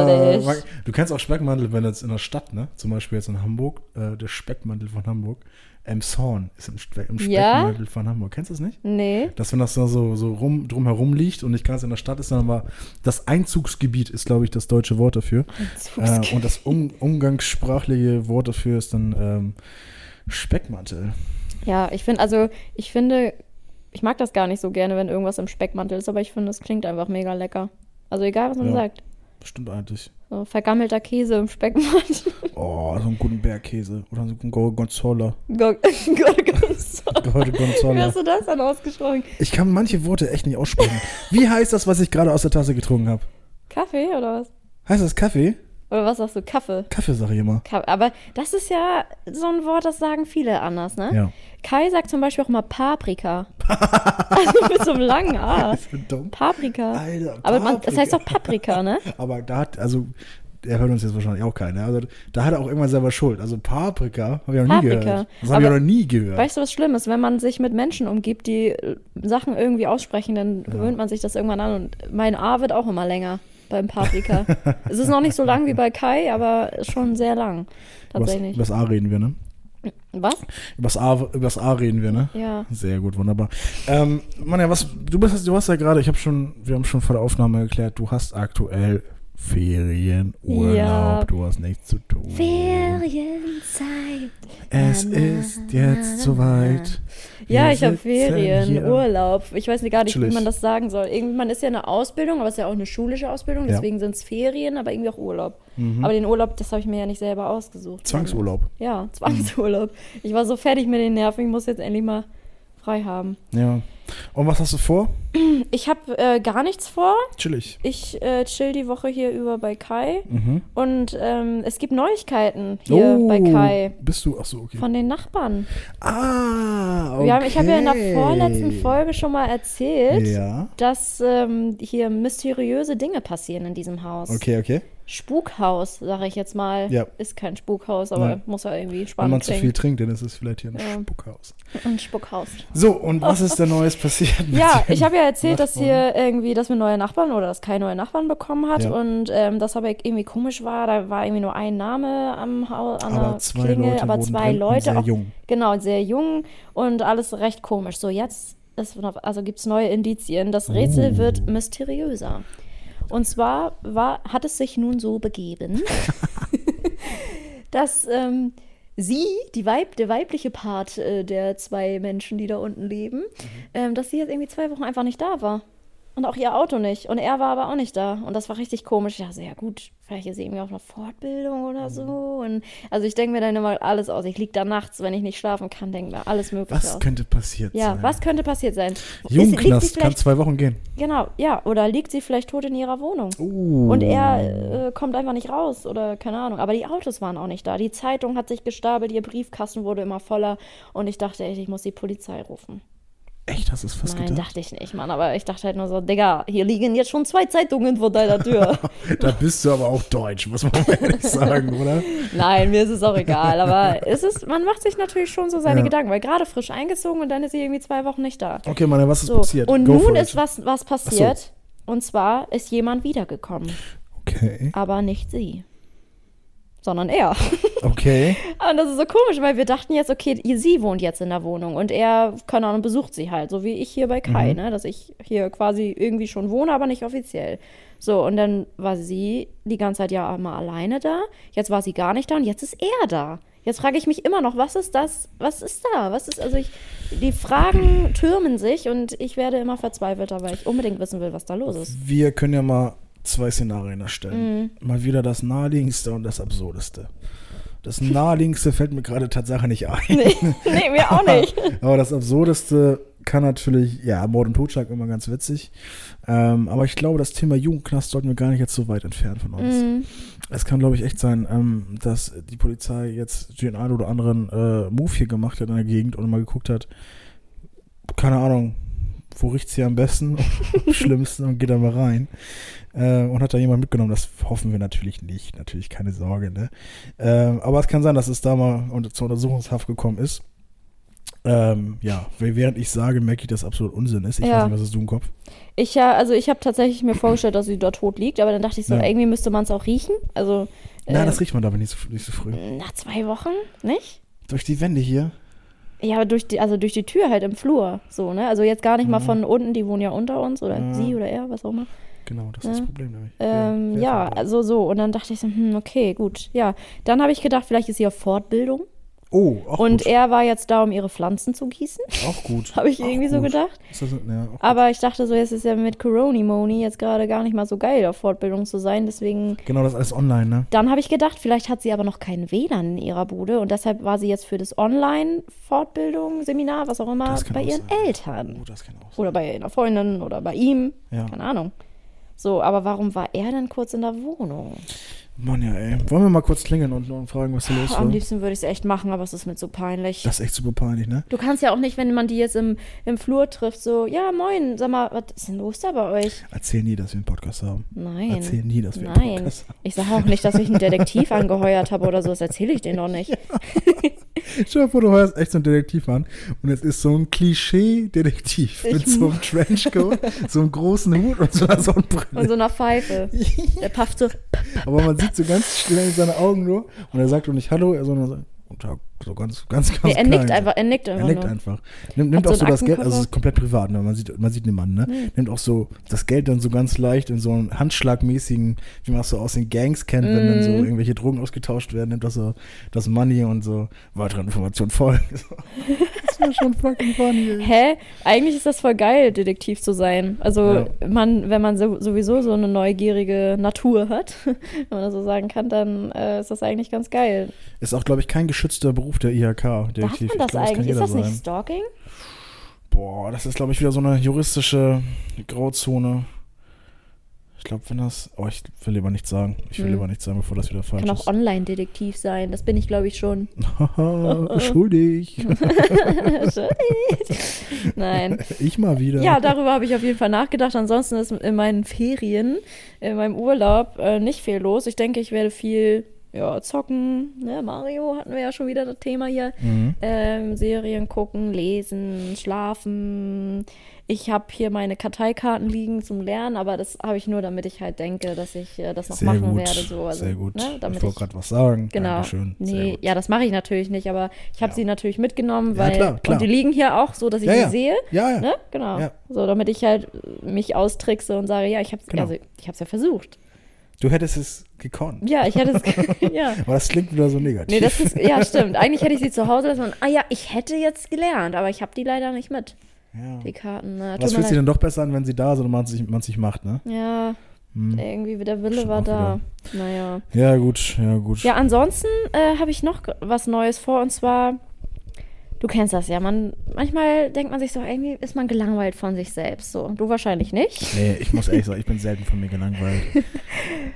Speaker 3: Herrlich.
Speaker 2: man- Du kennst auch Speckmandel, wenn jetzt in der Stadt, ne? Zum Beispiel jetzt in Hamburg, äh, der Speckmandel von Hamburg. Emshorn ist im, Spe im
Speaker 3: Ja?
Speaker 2: Speckmandel von Hamburg. Kennst du das nicht?
Speaker 3: Nee.
Speaker 2: Dass wenn das da so, so rum, drumherum liegt und nicht ganz in der Stadt ist, sondern aber das Einzugsgebiet ist, glaube ich, das deutsche Wort dafür. Äh, und das um, umgangssprachliche Wort dafür ist dann ähm, Speckmantel.
Speaker 3: Ja, ich finde, also, ich finde, ich mag das gar nicht so gerne, wenn irgendwas im Speckmantel ist, aber ich finde, es klingt einfach mega lecker. Also egal, was man
Speaker 2: Ja.
Speaker 3: sagt.
Speaker 2: Stimmt eigentlich.
Speaker 3: So, vergammelter Käse im Speckmantel. *laughs*
Speaker 2: Oh, so einen guten Bergkäse oder so einen Gorgonzola.
Speaker 3: Gor- Gorgonzola. Wie
Speaker 2: Gorgonzola.
Speaker 3: hast du das dann ausgesprochen?
Speaker 2: Ich kann manche Worte echt nicht aussprechen. Wie heißt das, was ich gerade aus der Tasse getrunken habe?
Speaker 3: Kaffee oder was?
Speaker 2: Heißt das Kaffee?
Speaker 3: Oder was sagst du? Kaffee.
Speaker 2: Kaffee sage ich immer.
Speaker 3: Ka aber das ist ja so ein Wort, das sagen viele anders, ne?
Speaker 2: Ja.
Speaker 3: Kai sagt zum Beispiel auch mal
Speaker 2: *laughs*
Speaker 3: Paprika. also mit so einem langen A.
Speaker 2: Ist das dumm?
Speaker 3: Paprika.
Speaker 2: Alter,
Speaker 3: Aber man, das
Speaker 2: Paprika.
Speaker 3: heißt doch Paprika, ne?
Speaker 2: Aber da hat, also, der hört uns jetzt wahrscheinlich auch keiner. Also, da hat er auch irgendwann selber Schuld. Also, Paprika habe ich noch nie
Speaker 3: Paprika.
Speaker 2: gehört. Das habe ich
Speaker 3: Aber-
Speaker 2: noch nie gehört.
Speaker 3: Weißt du, was schlimm ist? Wenn man sich mit Menschen umgibt, die äh, Sachen irgendwie aussprechen, dann gewöhnt man sich das irgendwann an. Und mein A wird auch immer länger beim Paprika.
Speaker 2: *laughs*
Speaker 3: es ist noch nicht so lang wie bei Kai, aber schon sehr lang.
Speaker 2: Übers-
Speaker 3: Tatsächlich.
Speaker 2: übers A reden wir, ne?
Speaker 3: Was?
Speaker 2: Übers A, übers A reden wir, ne?
Speaker 3: Ja.
Speaker 2: Sehr gut, wunderbar. Ähm, Manja, was, du bist, du hast ja gerade, ich habe schon, wir haben schon vor der Aufnahme erklärt, du hast aktuell Ferien, Urlaub,
Speaker 3: Ja.
Speaker 2: du hast nichts zu tun.
Speaker 3: Ferienzeit.
Speaker 2: es
Speaker 3: Na, na,
Speaker 2: ist
Speaker 3: na,
Speaker 2: jetzt
Speaker 3: na, na.
Speaker 2: soweit.
Speaker 3: Ja,
Speaker 2: Wir
Speaker 3: ich habe
Speaker 2: sitzen
Speaker 3: Ferien,
Speaker 2: hier.
Speaker 3: Urlaub. Ich weiß gar nicht,
Speaker 2: Chillig.
Speaker 3: wie man das sagen soll. Irgendwie, man ist ja eine Ausbildung, aber es ist ja auch eine schulische Ausbildung,
Speaker 2: Ja. Mhm.
Speaker 3: deswegen sind es Ferien, aber irgendwie auch Urlaub. Aber den Urlaub, das habe ich mir ja nicht selber ausgesucht.
Speaker 2: Zwangsurlaub.
Speaker 3: Ja, Zwangsurlaub. Ich war so fertig mit den Nerven, ich muss jetzt endlich mal frei haben.
Speaker 2: Ja. Und was hast du vor?
Speaker 3: Ich habe äh, gar nichts vor.
Speaker 2: Chillig.
Speaker 3: Ich äh, chill die Woche hier über bei Kai.
Speaker 2: Mhm. Oh.
Speaker 3: Und ähm, es gibt Neuigkeiten hier bei Kai
Speaker 2: Bist du? Ach so, okay.
Speaker 3: von den Nachbarn.
Speaker 2: ah, okay.
Speaker 3: Wir haben, ich habe ja in der vorletzten Folge schon mal erzählt,
Speaker 2: Ja.
Speaker 3: dass ähm, hier mysteriöse Dinge passieren in diesem Haus.
Speaker 2: Okay, okay.
Speaker 3: Spukhaus, sage ich jetzt mal.
Speaker 2: Ja.
Speaker 3: Ist kein Spukhaus, aber
Speaker 2: Nein.
Speaker 3: muss ja irgendwie
Speaker 2: Wenn man
Speaker 3: spannend
Speaker 2: zu viel
Speaker 3: klingen.
Speaker 2: trinkt, dann ist es vielleicht hier ein
Speaker 3: Ja.
Speaker 2: Spuckhaus.
Speaker 3: Ein Spukhaus.
Speaker 2: So, und was ist denn Neues passiert? mit
Speaker 3: Ja,
Speaker 2: den
Speaker 3: ich habe ja erzählt, dass
Speaker 2: Nachbarn?
Speaker 3: hier irgendwie, dass wir neue Nachbarn oder dass Kai neue Nachbarn bekommen hat
Speaker 2: Ja.
Speaker 3: und ähm, das aber irgendwie komisch war. Da war irgendwie nur ein Name am Haus, an
Speaker 2: Aber
Speaker 3: der
Speaker 2: zwei
Speaker 3: Klingel,
Speaker 2: Leute
Speaker 3: aber
Speaker 2: wurden
Speaker 3: zwei
Speaker 2: drin und
Speaker 3: Leute.
Speaker 2: sehr
Speaker 3: auch,
Speaker 2: jung.
Speaker 3: Genau, sehr jung und alles recht komisch. So, jetzt ist, noch- also gibt es neue Indizien. Das Rätsel
Speaker 2: Oh.
Speaker 3: wird mysteriöser. Und zwar war, hat es sich nun so
Speaker 2: *laughs*
Speaker 3: begeben, dass ähm, sie, die Weib, der weibliche Part äh, der zwei Menschen, die da unten
Speaker 2: Mhm.
Speaker 3: leben, ähm, dass sie jetzt irgendwie zwei Wochen einfach nicht da war. Und auch ihr Auto nicht. Und er war aber auch nicht da. Und das war richtig komisch. Ich dachte, so, ja gut, vielleicht ist sie irgendwie auf einer Fortbildung
Speaker 2: Mhm.
Speaker 3: oder so. Und also ich denke mir dann immer alles aus. Ich liege da nachts, wenn ich nicht schlafen kann, denke mir alles Mögliche
Speaker 2: Was
Speaker 3: aus.
Speaker 2: könnte passiert
Speaker 3: Ja,
Speaker 2: sein?
Speaker 3: was könnte passiert sein? Ist- liegt sie
Speaker 2: Jugendknast kann
Speaker 3: vielleicht,
Speaker 2: zwei Wochen gehen.
Speaker 3: genau, ja, oder liegt sie vielleicht tot in ihrer Wohnung?
Speaker 2: Oh.
Speaker 3: Und er äh, kommt einfach nicht raus oder keine Ahnung. Aber die Autos waren auch nicht da. Die Zeitung hat sich gestapelt, ihr Briefkasten wurde immer voller. Und ich dachte echt, ich muss die Polizei rufen.
Speaker 2: Echt, hast du es fast
Speaker 3: Nein,
Speaker 2: gedacht?
Speaker 3: dachte ich nicht, Mann. Aber ich dachte halt nur so, Digga, hier liegen jetzt schon zwei Zeitungen vor deiner
Speaker 2: *laughs*
Speaker 3: Tür.
Speaker 2: Da bist du aber auch deutsch, muss man mal
Speaker 3: *laughs*
Speaker 2: ehrlich sagen, oder?
Speaker 3: Nein, mir ist es auch egal. Aber es ist, man macht sich natürlich schon so seine
Speaker 2: Ja.
Speaker 3: Gedanken, weil gerade frisch eingezogen und dann ist sie irgendwie zwei Wochen nicht da.
Speaker 2: Okay, Mann, was ist
Speaker 3: So,
Speaker 2: passiert?
Speaker 3: und
Speaker 2: Go
Speaker 3: nun
Speaker 2: for it.
Speaker 3: ist was, was passiert. Und zwar ist jemand wiedergekommen.
Speaker 2: Okay,
Speaker 3: Aber nicht sie. Sondern er. *laughs*
Speaker 2: okay.
Speaker 3: Und das ist so komisch, weil wir dachten jetzt, okay, ihr- sie wohnt jetzt in der Wohnung und er, keine Ahnung, besucht sie halt, so wie ich hier
Speaker 2: Mhm.
Speaker 3: bei Kai, ne? Dass ich hier quasi irgendwie schon wohne, aber nicht offiziell. So, und dann war sie die ganze Zeit ja immer alleine da. Jetzt war sie gar nicht da und jetzt ist er da. Jetzt frage ich mich immer noch, was ist das? Was ist da? Was ist, also ich, die Fragen türmen sich und ich werde immer verzweifelter, weil ich unbedingt wissen will, was da los
Speaker 2: *laughs*
Speaker 3: ist.
Speaker 2: Wir können ja mal zwei Szenarien erstellen.
Speaker 3: Mhm.
Speaker 2: Mal wieder das naheliegendste und das absurdeste. Das naheliegendste fällt mir gerade Tatsache nicht ein.
Speaker 3: Nee, nee mir auch nicht.
Speaker 2: Aber das Absurdeste kann natürlich, ja, Mord und Totschlag immer ganz witzig. Ähm, aber ich glaube, das Thema Jugendknast sollten wir gar nicht jetzt so weit entfernen von
Speaker 3: Mhm.
Speaker 2: uns.
Speaker 3: Mm.
Speaker 2: Es kann, glaube ich, echt sein, ähm, dass die Polizei jetzt den einen oder anderen äh, Move hier gemacht hat in der Gegend und mal geguckt hat, keine Ahnung, wo riecht's hier am besten,
Speaker 3: *laughs*
Speaker 2: am schlimmsten und geht da mal rein. Äh, und hat da jemand mitgenommen, das hoffen wir natürlich nicht, natürlich keine Sorge, ne? Ähm, aber es kann sein, dass es da mal unter, zur Untersuchungshaft gekommen ist. Ähm, ja, während ich sage, merke ich, dass absolut Unsinn ist. Ich
Speaker 3: Ja.
Speaker 2: weiß nicht, was ist du im Kopf?
Speaker 3: Ich ja, also ich habe tatsächlich mir vorgestellt, dass sie dort tot liegt, aber dann dachte ich so,
Speaker 2: Ja.
Speaker 3: irgendwie müsste man es auch riechen. Also
Speaker 2: Na,
Speaker 3: äh,
Speaker 2: das riecht man dabei nicht so, nicht so früh.
Speaker 3: nach zwei Wochen, nicht?
Speaker 2: Durch die Wände hier.
Speaker 3: Ja, aber durch die, also durch die Tür halt im Flur, so ne? Also jetzt gar nicht
Speaker 2: Mhm.
Speaker 3: mal von unten, die wohnen ja unter uns oder
Speaker 2: Ja.
Speaker 3: sie oder er, was auch immer.
Speaker 2: Genau, das
Speaker 3: Ja.
Speaker 2: ist das Problem nämlich.
Speaker 3: Ähm,
Speaker 2: wer
Speaker 3: ja,
Speaker 2: ist das?
Speaker 3: also so. Und dann dachte ich so, hm, okay, gut. Ja, dann habe ich gedacht, vielleicht ist sie auf Fortbildung.
Speaker 2: Oh, auch
Speaker 3: und
Speaker 2: gut.
Speaker 3: er war jetzt da, um ihre Pflanzen zu gießen. *laughs*
Speaker 2: auch gut.
Speaker 3: habe ich
Speaker 2: Auch
Speaker 3: irgendwie so
Speaker 2: gut.
Speaker 3: gedacht.
Speaker 2: Ist das, ja, auch
Speaker 3: Aber ich dachte so, jetzt ist ja mit Corona-Moni jetzt gerade gar nicht mal so geil, auf Fortbildung zu sein. Deswegen,
Speaker 2: Genau, das ist alles online, ne?
Speaker 3: dann habe ich gedacht, vielleicht hat sie aber noch keinen WLAN in ihrer Bude. Und deshalb war sie jetzt für das Online-Fortbildung, Seminar, was auch immer,
Speaker 2: Das kann
Speaker 3: Ah, bei
Speaker 2: auch
Speaker 3: ihren
Speaker 2: sein.
Speaker 3: Eltern.
Speaker 2: Oh, das kann auch sein.
Speaker 3: Oder bei einer Freundin oder bei ihm.
Speaker 2: Ja.
Speaker 3: Keine Ahnung. So, aber warum war er denn kurz in der Wohnung?
Speaker 2: Mann, ja, ey. Wollen wir mal kurz klingeln und, und fragen, was hier los
Speaker 3: Am
Speaker 2: war?
Speaker 3: liebsten würde ich es echt machen, aber es ist mir zu peinlich.
Speaker 2: Das ist echt super peinlich, ne?
Speaker 3: du kannst ja auch nicht, wenn man die jetzt im, im Flur trifft, so, ja, moin, sag mal, was ist denn los da bei euch?
Speaker 2: Erzähl nie, dass wir einen Podcast haben.
Speaker 3: Nein.
Speaker 2: Erzähl nie, dass wir einen
Speaker 3: Nein.
Speaker 2: Podcast haben.
Speaker 3: Ich sage auch nicht, dass
Speaker 2: *laughs*
Speaker 3: ich einen Detektiv angeheuert habe oder so, das erzähle ich denen doch nicht.
Speaker 2: Stell dir vor, du hörst echt so einen Detektiv an und es ist so ein Klischee-Detektiv
Speaker 3: Ich
Speaker 2: mit so einem Trenchcoat, so einem großen Hut und so einer Sonnenbrille.
Speaker 3: *laughs* Und so einer
Speaker 2: *laughs*
Speaker 3: Pfeife. Der pafft so.
Speaker 2: Aber man sieht so ganz schnell seine Augen nur und er sagt auch nicht Hallo, sondern so, guten Tag, so ganz, ganz, ganz
Speaker 3: Nee, er
Speaker 2: klein.
Speaker 3: nickt einfach, er nickt
Speaker 2: Er
Speaker 3: einfach
Speaker 2: nickt
Speaker 3: nur.
Speaker 2: einfach. Nimmt, nimmt
Speaker 3: Hat
Speaker 2: auch
Speaker 3: so
Speaker 2: so
Speaker 3: einen
Speaker 2: das Geld,
Speaker 3: Aktenkoffer.
Speaker 2: also es ist komplett privat, ne? man sieht, man sieht den Mann, ne? Nimmt auch so das Geld dann so ganz leicht in so einen handschlagmäßigen, wie man es so aus den Gangs kennt, wenn dann so
Speaker 3: Mhm.
Speaker 2: irgendwelche Drogen ausgetauscht werden, nimmt das so das Money und so weitere Informationen folgen. *laughs* das wäre schon fucking funny. ey.
Speaker 3: Hä? Eigentlich ist das voll geil, Detektiv zu sein. Also, man, wenn man so, sowieso so eine neugierige Natur hat, *laughs* wenn man das so sagen kann, dann äh, ist das eigentlich ganz geil.
Speaker 2: Ist auch, glaube ich, kein geschützter Beruf der IHK. Der
Speaker 3: Darf man das eigentlich? Ist das nicht Stalking?
Speaker 2: Boah, das ist, glaube ich, wieder so eine juristische Grauzone. Ich glaube, wenn das. Oh, ich will lieber nichts sagen. Ich will
Speaker 3: Hm.
Speaker 2: lieber nichts sagen, bevor das wieder falsch
Speaker 3: Kann
Speaker 2: ist.
Speaker 3: auch Online-Detektiv sein. Das bin ich, glaube ich,
Speaker 2: *laughs*
Speaker 3: schon. *laughs*
Speaker 2: Haha, *laughs* schuldig.
Speaker 3: *laughs* Nein.
Speaker 2: *laughs* ich mal wieder.
Speaker 3: Ja, darüber habe ich auf jeden Fall nachgedacht. Ansonsten ist in meinen Ferien, in meinem Urlaub äh, nicht viel los. Ich denke, ich werde viel ja, zocken. Ne, Mario hatten wir ja schon wieder das Thema hier.
Speaker 2: Mhm.
Speaker 3: Ähm, Serien gucken, lesen, schlafen. Ich habe hier meine Karteikarten liegen zum Lernen, aber das habe ich nur, damit ich halt denke, dass ich äh, das noch
Speaker 2: Sehr
Speaker 3: machen
Speaker 2: gut.
Speaker 3: werde. So. Also,
Speaker 2: Sehr gut.
Speaker 3: Ne,
Speaker 2: ich
Speaker 3: damit ich,
Speaker 2: wollte gerade was sagen.
Speaker 3: genau.
Speaker 2: Dankeschön. Sehr
Speaker 3: Nee,
Speaker 2: gut.
Speaker 3: ja, das mache ich natürlich nicht, aber ich habe
Speaker 2: Ja.
Speaker 3: sie natürlich mitgenommen,
Speaker 2: Ja,
Speaker 3: weil
Speaker 2: klar, klar.
Speaker 3: und die liegen hier auch so, dass ich
Speaker 2: Ja,
Speaker 3: sie
Speaker 2: ja.
Speaker 3: sehe.
Speaker 2: Ja, ja.
Speaker 3: Ne? Genau.
Speaker 2: Ja.
Speaker 3: So, damit ich halt äh, mich austrickse und sage, ja, ich hab's,
Speaker 2: Genau.
Speaker 3: also, ich hab's ja versucht.
Speaker 2: Du hättest es gekonnt.
Speaker 3: Ja, ich hätte
Speaker 2: *laughs*
Speaker 3: es. ge- ja.
Speaker 2: Aber das klingt wieder so negativ.
Speaker 3: Nee, das ist, ja, stimmt. Eigentlich hätte ich sie zu Hause lassen und, ah ja, ich hätte jetzt gelernt, aber ich habe die leider nicht mit,
Speaker 2: *laughs* ja.
Speaker 3: die Karten. Na,
Speaker 2: Was
Speaker 3: tut mir
Speaker 2: fühlt sich
Speaker 3: leid.
Speaker 2: denn doch besser an, wenn sie da sind und man sich, man sich macht, ne?
Speaker 3: Ja, irgendwie der Wille
Speaker 2: Hm. Schon
Speaker 3: war
Speaker 2: auch
Speaker 3: da. Naja.
Speaker 2: Ja, gut, ja, gut.
Speaker 3: Ja, ansonsten äh, habe ich noch ge- was Neues vor und zwar, du kennst das ja, man, manchmal denkt man sich so, irgendwie ist man gelangweilt von sich selbst. So, du wahrscheinlich nicht.
Speaker 2: Nee, ich muss ehrlich sagen, ich bin selten von mir gelangweilt.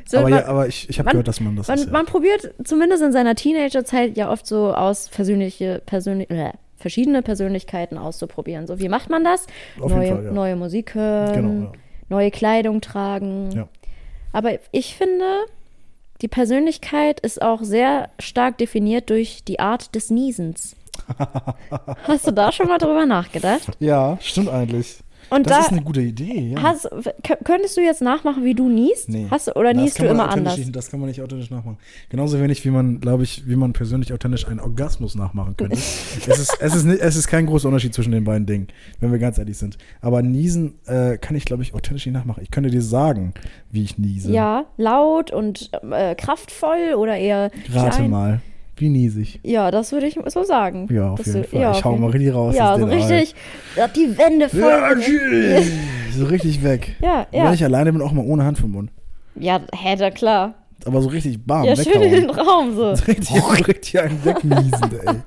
Speaker 3: So,
Speaker 2: aber,
Speaker 3: man-
Speaker 2: ja, aber ich, ich habe
Speaker 3: Man-
Speaker 2: gehört, dass man das
Speaker 3: man,
Speaker 2: ist. Ja.
Speaker 3: man probiert zumindest in seiner Teenagerzeit ja oft so aus persönliche, persönlich, äh, verschiedene Persönlichkeiten auszuprobieren. So, wie macht man das?
Speaker 2: Auf jeden
Speaker 3: neue,
Speaker 2: Fall, ja.
Speaker 3: neue Musik hören,
Speaker 2: Genau, ja.
Speaker 3: neue Kleidung tragen.
Speaker 2: Ja.
Speaker 3: Aber ich finde, die Persönlichkeit ist auch sehr stark definiert durch die Art des
Speaker 2: *laughs*
Speaker 3: Niesens. Hast du da schon mal drüber
Speaker 2: *laughs*
Speaker 3: nachgedacht?
Speaker 2: ja, stimmt eigentlich.
Speaker 3: Und
Speaker 2: das
Speaker 3: da
Speaker 2: ist eine gute Idee, ja.
Speaker 3: Hast, k- könntest du jetzt nachmachen, wie du niest?
Speaker 2: Nee.
Speaker 3: Hast, du- oder
Speaker 2: Das
Speaker 3: niest du
Speaker 2: kann man
Speaker 3: immer
Speaker 2: authentisch
Speaker 3: anders?
Speaker 2: Nicht, das kann man nicht authentisch nachmachen. Genauso wenig, wie man, glaube ich, wie man persönlich authentisch einen Orgasmus nachmachen
Speaker 3: *laughs*
Speaker 2: könnte. es, ist, es, ist, ni- es ist kein großer Unterschied zwischen den beiden Dingen, wenn wir ganz ehrlich sind. Aber niesen äh, kann ich, glaube ich, authentisch nicht nachmachen. Ich könnte dir sagen, wie ich niese.
Speaker 3: Ja, laut und äh, kraftvoll oder eher
Speaker 2: Rate
Speaker 3: klein.
Speaker 2: mal, wie niese ich?
Speaker 3: Ja, das würde ich so sagen.
Speaker 2: Ja, auf
Speaker 3: Dass
Speaker 2: jeden
Speaker 3: du-
Speaker 2: Fall.
Speaker 3: ja,
Speaker 2: ich
Speaker 3: auf
Speaker 2: hau
Speaker 3: jeden-
Speaker 2: mal richtig raus.
Speaker 3: Ja,
Speaker 2: aus
Speaker 3: so
Speaker 2: den Ei.
Speaker 3: richtig. Ja, die Wände voll.
Speaker 2: Ja, tschüss. so richtig weg.
Speaker 3: Ja,
Speaker 2: Und
Speaker 3: ja.
Speaker 2: Wenn ich alleine bin, auch mal ohne Hand vom Mund.
Speaker 3: Ja, hä, da klar.
Speaker 2: Aber so richtig bam,
Speaker 3: Ja, schön in den *laughs*
Speaker 2: weghauen.
Speaker 3: Raum so.
Speaker 2: *laughs* So Richtig, so richtig einen wegniesen,
Speaker 3: *laughs*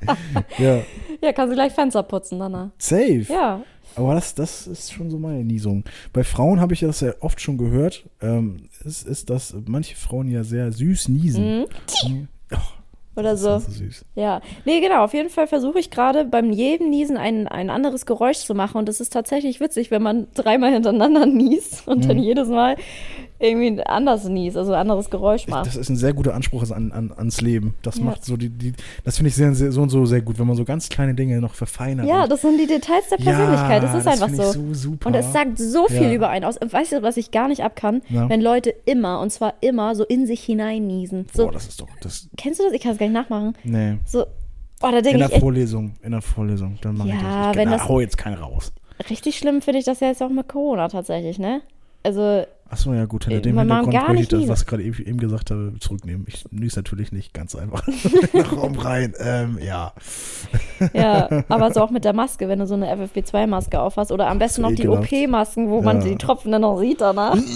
Speaker 2: ey. Ja,
Speaker 3: Ja, kannst du gleich Fenster putzen danach.
Speaker 2: safe.
Speaker 3: Ja.
Speaker 2: Aber das, das ist schon so meine Niesung. Bei Frauen habe ich das ja oft schon gehört, ähm, ist, ist, dass manche Frauen ja sehr süß niesen. Mhm. Oh,
Speaker 3: Oder so.
Speaker 2: Das ist so süß.
Speaker 3: Ja, nee, genau. Auf jeden Fall versuche ich gerade beim jedem Niesen ein, ein anderes Geräusch zu machen. Und es ist tatsächlich witzig, wenn man dreimal hintereinander *laughs* niest und
Speaker 2: Mhm.
Speaker 3: dann jedes Mal irgendwie anders niest, also ein anderes Geräusch macht.
Speaker 2: Das ist ein sehr guter Anspruch an, an, ans Leben. Das
Speaker 3: Ja.
Speaker 2: macht so die, die das finde ich sehr, sehr, so und so sehr gut, wenn man so ganz kleine Dinge noch verfeinert.
Speaker 3: ja,
Speaker 2: und,
Speaker 3: das sind die Details der Persönlichkeit. das ist einfach
Speaker 2: find
Speaker 3: so.
Speaker 2: Ich so super.
Speaker 3: Und es sagt so viel
Speaker 2: Ja.
Speaker 3: über einen aus. Und Weißt du, was ich gar nicht ab kann?
Speaker 2: Ja.
Speaker 3: Wenn Leute immer, und zwar immer, so in sich hinein niesen. So,
Speaker 2: Boah, das ist doch, das,
Speaker 3: kennst du das? Ich kann es gar nicht nachmachen.
Speaker 2: nee.
Speaker 3: So, oh, da
Speaker 2: In
Speaker 3: denke
Speaker 2: der
Speaker 3: ich echt,
Speaker 2: Vorlesung, in der Vorlesung, dann mache ich das.
Speaker 3: Ja,
Speaker 2: Ich-
Speaker 3: wenn
Speaker 2: na,
Speaker 3: das-
Speaker 2: hau jetzt keinen raus.
Speaker 3: richtig schlimm finde ich das ja jetzt auch mit Corona tatsächlich, ne? Also,
Speaker 2: Achso, ja gut, hinter
Speaker 3: Äh,
Speaker 2: dem
Speaker 3: man mag
Speaker 2: Hintergrund
Speaker 3: gar
Speaker 2: möchte ich
Speaker 3: nicht
Speaker 2: das,
Speaker 3: niesen.
Speaker 2: was ich gerade eben, eben gesagt habe, zurücknehmen. Ich nies natürlich nicht,
Speaker 3: *laughs*
Speaker 2: ganz einfach. *laughs* Nach oben rein, ähm, ja.
Speaker 3: Ja, aber so auch mit der Maske, wenn du so eine FFP2-Maske aufhast oder am besten noch die
Speaker 2: ekelhaft.
Speaker 3: OP-Masken, wo man
Speaker 2: Ja.
Speaker 3: die Tropfen dann noch sieht danach. *laughs*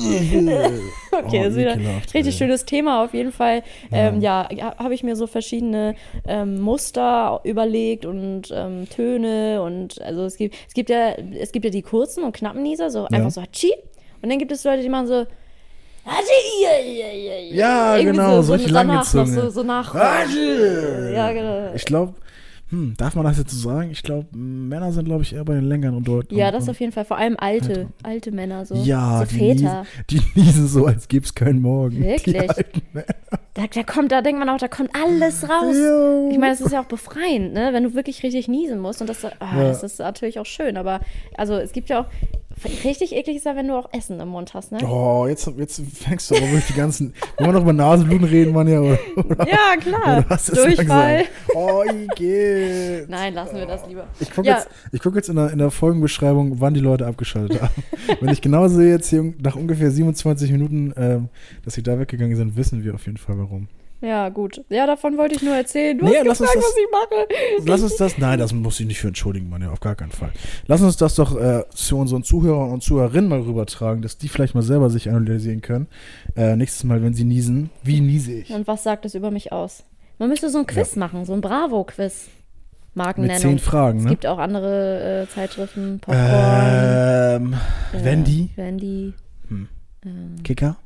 Speaker 3: Okay,
Speaker 2: Oh,
Speaker 3: das ist wieder ein
Speaker 2: ekelhaft,
Speaker 3: richtig
Speaker 2: ey.
Speaker 3: schönes Thema auf jeden Fall. Ähm, ja, ja habe ich mir so verschiedene ähm, Muster überlegt und ähm, Töne und also es gibt, es gibt ja, es gibt ja die kurzen und knappen Nieser, so einfach so Hatschi. Und dann gibt es Leute, die machen so Hatschi!
Speaker 2: Ja,
Speaker 3: Irgendwie
Speaker 2: genau,
Speaker 3: so,
Speaker 2: solche
Speaker 3: so danach noch so,
Speaker 2: langgezogene.
Speaker 3: so nach. Ja, genau.
Speaker 2: Ich glaube, hm, darf man das jetzt so sagen? Ich glaube, Männer sind, glaube ich, eher bei den längeren und dort.
Speaker 3: Ja,
Speaker 2: und,
Speaker 3: das
Speaker 2: und,
Speaker 3: auf jeden Fall. Vor allem alte, alte Männer, so,
Speaker 2: Halt. ja,
Speaker 3: so
Speaker 2: die, niesen,
Speaker 3: Väter.
Speaker 2: die niesen so, als gäbe es keinen Morgen. Die
Speaker 3: Wirklich?
Speaker 2: alten Männer.
Speaker 3: Da, da kommt, da denkt man auch, da kommt alles raus.
Speaker 2: Jo.
Speaker 3: Ich meine, das ist ja auch befreiend, ne? Wenn du wirklich richtig niesen musst und das, ah,
Speaker 2: Ja.
Speaker 3: das ist natürlich auch schön. Aber also es gibt ja auch richtig eklig ist ja, wenn du auch Essen im Mund hast, ne?
Speaker 2: Oh, jetzt, jetzt fängst du aber wirklich die ganzen. Wenn wir noch über Nasenbluten reden, man ja. Oder, oder,
Speaker 3: Ja, klar.
Speaker 2: oder hast du es
Speaker 3: Durchfall. *laughs*
Speaker 2: langsam? Oh, Igitt.
Speaker 3: Nein, lassen wir das lieber.
Speaker 2: Ich gucke
Speaker 3: ja,
Speaker 2: jetzt, ich guck jetzt in, der, in der Folgenbeschreibung, wann die Leute abgeschaltet
Speaker 3: *laughs*
Speaker 2: haben. Wenn ich genau sehe, jetzt hier nach ungefähr 27 Minuten, ähm, dass sie da weggegangen sind, wissen wir auf jeden Fall warum.
Speaker 3: ja, gut. Ja, davon wollte ich nur erzählen. Du
Speaker 2: Nee,
Speaker 3: hast
Speaker 2: lass uns
Speaker 3: gefragt,
Speaker 2: das-
Speaker 3: was ich mache.
Speaker 2: Lass uns das, nein, das muss ich nicht für entschuldigen, Mann, ja, auf gar keinen Fall. Lass uns das doch äh, zu unseren Zuhörern und Zuhörerinnen mal rübertragen, dass die vielleicht mal selber sich analysieren können. Äh, nächstes Mal, wenn sie niesen, wie niese ich?
Speaker 3: Und was sagt das über mich aus? Man müsste so ein Quiz machen, so ein Bravo-Quiz. Markennennung.
Speaker 2: Mit zehn Fragen,
Speaker 3: Es
Speaker 2: ne?
Speaker 3: gibt auch andere äh, Zeitschriften, Popcorn.
Speaker 2: Ähm,
Speaker 3: äh,
Speaker 2: Wendy,
Speaker 3: Wendy.
Speaker 2: Kicker?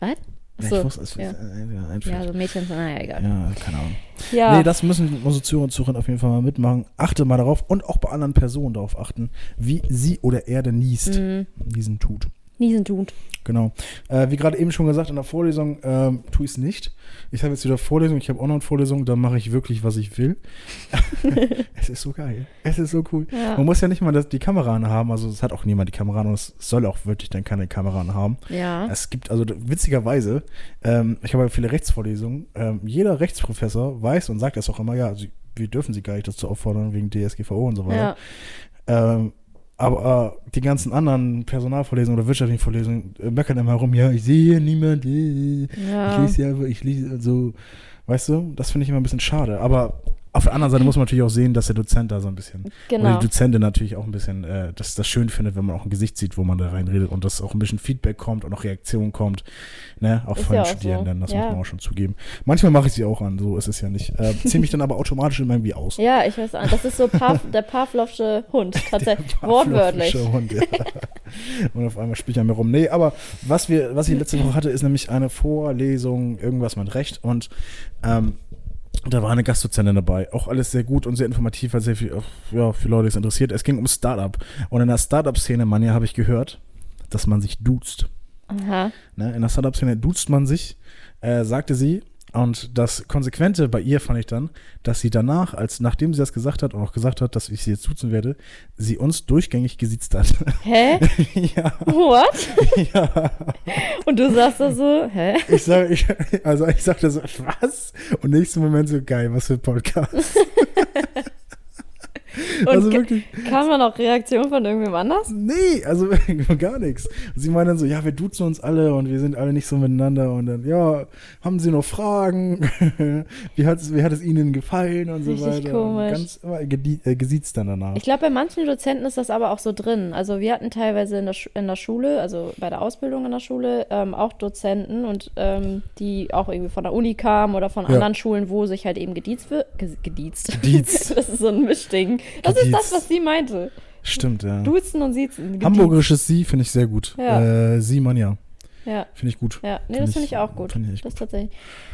Speaker 3: Was?
Speaker 2: Ja,
Speaker 3: Achso,
Speaker 2: ich wusste es.
Speaker 3: ja.
Speaker 2: Ja.
Speaker 3: ja, so Mädchen, naja, egal.
Speaker 2: ja, keine Ahnung.
Speaker 3: Ja,
Speaker 2: Nee, das müssen unsere Zuhörer und Zuhörer auf jeden Fall mal mitmachen. Achte mal darauf und auch bei anderen Personen darauf achten, wie sie oder er denn niest,
Speaker 3: Mhm.
Speaker 2: niesen tut.
Speaker 3: Niesen tut.
Speaker 2: Genau. Äh, wie gerade eben schon gesagt, in der Vorlesung ähm, tue ich es nicht. Ich habe jetzt wieder Vorlesung, ich habe Online-Vorlesung, da mache ich wirklich, was
Speaker 3: *laughs*
Speaker 2: ich will. *laughs* es ist so geil. Es ist so cool.
Speaker 3: Ja.
Speaker 2: Man muss ja nicht mal das, die Kamera anhaben, also es hat auch niemand die Kamera an und es soll auch wirklich dann keine Kamera anhaben.
Speaker 3: Ja.
Speaker 2: Es gibt also witzigerweise, ähm, ich habe ja viele Rechtsvorlesungen, ähm, jeder Rechtsprofessor weiß und sagt das auch immer, ja, sie, wir dürfen sie gar nicht dazu auffordern wegen DSGVO und so
Speaker 3: Ja.
Speaker 2: weiter. Ähm, aber äh, die ganzen anderen Personalvorlesungen oder wirtschaftlichen Vorlesungen äh, meckern immer rum, ja, ich sehe hier niemand, äh,
Speaker 3: Ja.
Speaker 2: ich lese hier einfach, ich lese so, weißt du, das finde ich immer ein bisschen schade. Aber auf der anderen Seite muss man natürlich auch sehen, dass der Dozent da so ein bisschen,
Speaker 3: Genau.
Speaker 2: oder die Dozentin natürlich auch ein bisschen, äh, dass das schön findet, wenn man auch ein Gesicht sieht, wo man da reinredet und dass auch ein bisschen Feedback kommt und auch Reaktion kommt, ne, auch
Speaker 3: Ist
Speaker 2: von
Speaker 3: ja
Speaker 2: den
Speaker 3: auch so.
Speaker 2: Studierenden, das
Speaker 3: Ja.
Speaker 2: muss man auch schon zugeben. Manchmal mache ich sie auch an, so ist es ja nicht. Äh, ziehe mich dann aber automatisch immer irgendwie aus.
Speaker 3: Ja, ich weiß an. Das ist so Pav, der Pavlovsche
Speaker 2: *laughs*
Speaker 3: Hund, tatsächlich. Wortwörtlich.
Speaker 2: Pavlovischer Hund, ja. Und auf einmal spielt er mir rum. Nee, aber was, wir, was ich letzte Woche hatte, ist nämlich eine Vorlesung, irgendwas mit Recht. Und ähm, da war eine Gastdozentin dabei. Auch alles sehr gut und sehr informativ, weil sehr viel, oh, ja, viele Leute es interessiert. Es ging um Startup. Und in der Startup-Szene, Manja, habe ich gehört, dass man sich duzt.
Speaker 3: Aha.
Speaker 2: Ne? In der Startup-Szene duzt man sich, äh, sagte sie. Und das Konsequente bei ihr fand ich dann, dass sie danach, als nachdem sie das gesagt hat und auch gesagt hat, dass ich sie jetzt duzen werde, sie uns durchgängig gesiezt hat. *laughs*
Speaker 3: Hä?
Speaker 2: ja,
Speaker 3: What?
Speaker 2: *laughs* ja.
Speaker 3: Und du sagst da so, hä?
Speaker 2: Ich sage, ich, also ich sagte so, was? Und nächsten Moment so, geil, was für ein Podcast.
Speaker 3: Und
Speaker 2: also
Speaker 3: ge-
Speaker 2: wirklich,
Speaker 3: Kam da noch Reaktion von irgendwem anders?
Speaker 2: nee, also *laughs* gar nichts. Und sie meinen dann so, ja, wir duzen uns alle und wir sind alle nicht so miteinander und dann, ja, haben Sie noch Fragen? *laughs* wie, hat's, wie hat es Ihnen gefallen und so
Speaker 3: Richtig
Speaker 2: weiter? Und
Speaker 3: komisch.
Speaker 2: ganz immer gedie- äh, gesiezt dann danach.
Speaker 3: Ich glaube, bei manchen Dozenten ist das aber auch so drin. Also wir hatten teilweise in der, Schu- in der Schule, also bei der Ausbildung in der Schule, ähm, auch Dozenten und ähm, die auch irgendwie von der Uni kamen oder von
Speaker 2: Ja.
Speaker 3: anderen Schulen, wo sich halt eben gediezt wird. Ge gediezt. *laughs*
Speaker 2: Gediezt.
Speaker 3: das ist so ein Mischding. Das ist das,
Speaker 2: Gediezt.
Speaker 3: was sie meinte.
Speaker 2: Stimmt, ja.
Speaker 3: Duzen und siezen. Gediezt.
Speaker 2: Hamburgerisches Sie finde ich sehr gut.
Speaker 3: Ja.
Speaker 2: Äh, Sie, Manja.
Speaker 3: Ja.
Speaker 2: Finde ich gut.
Speaker 3: Ja, nee, das finde ich auch gut.
Speaker 2: Finde ich echt
Speaker 3: das tatsächlich.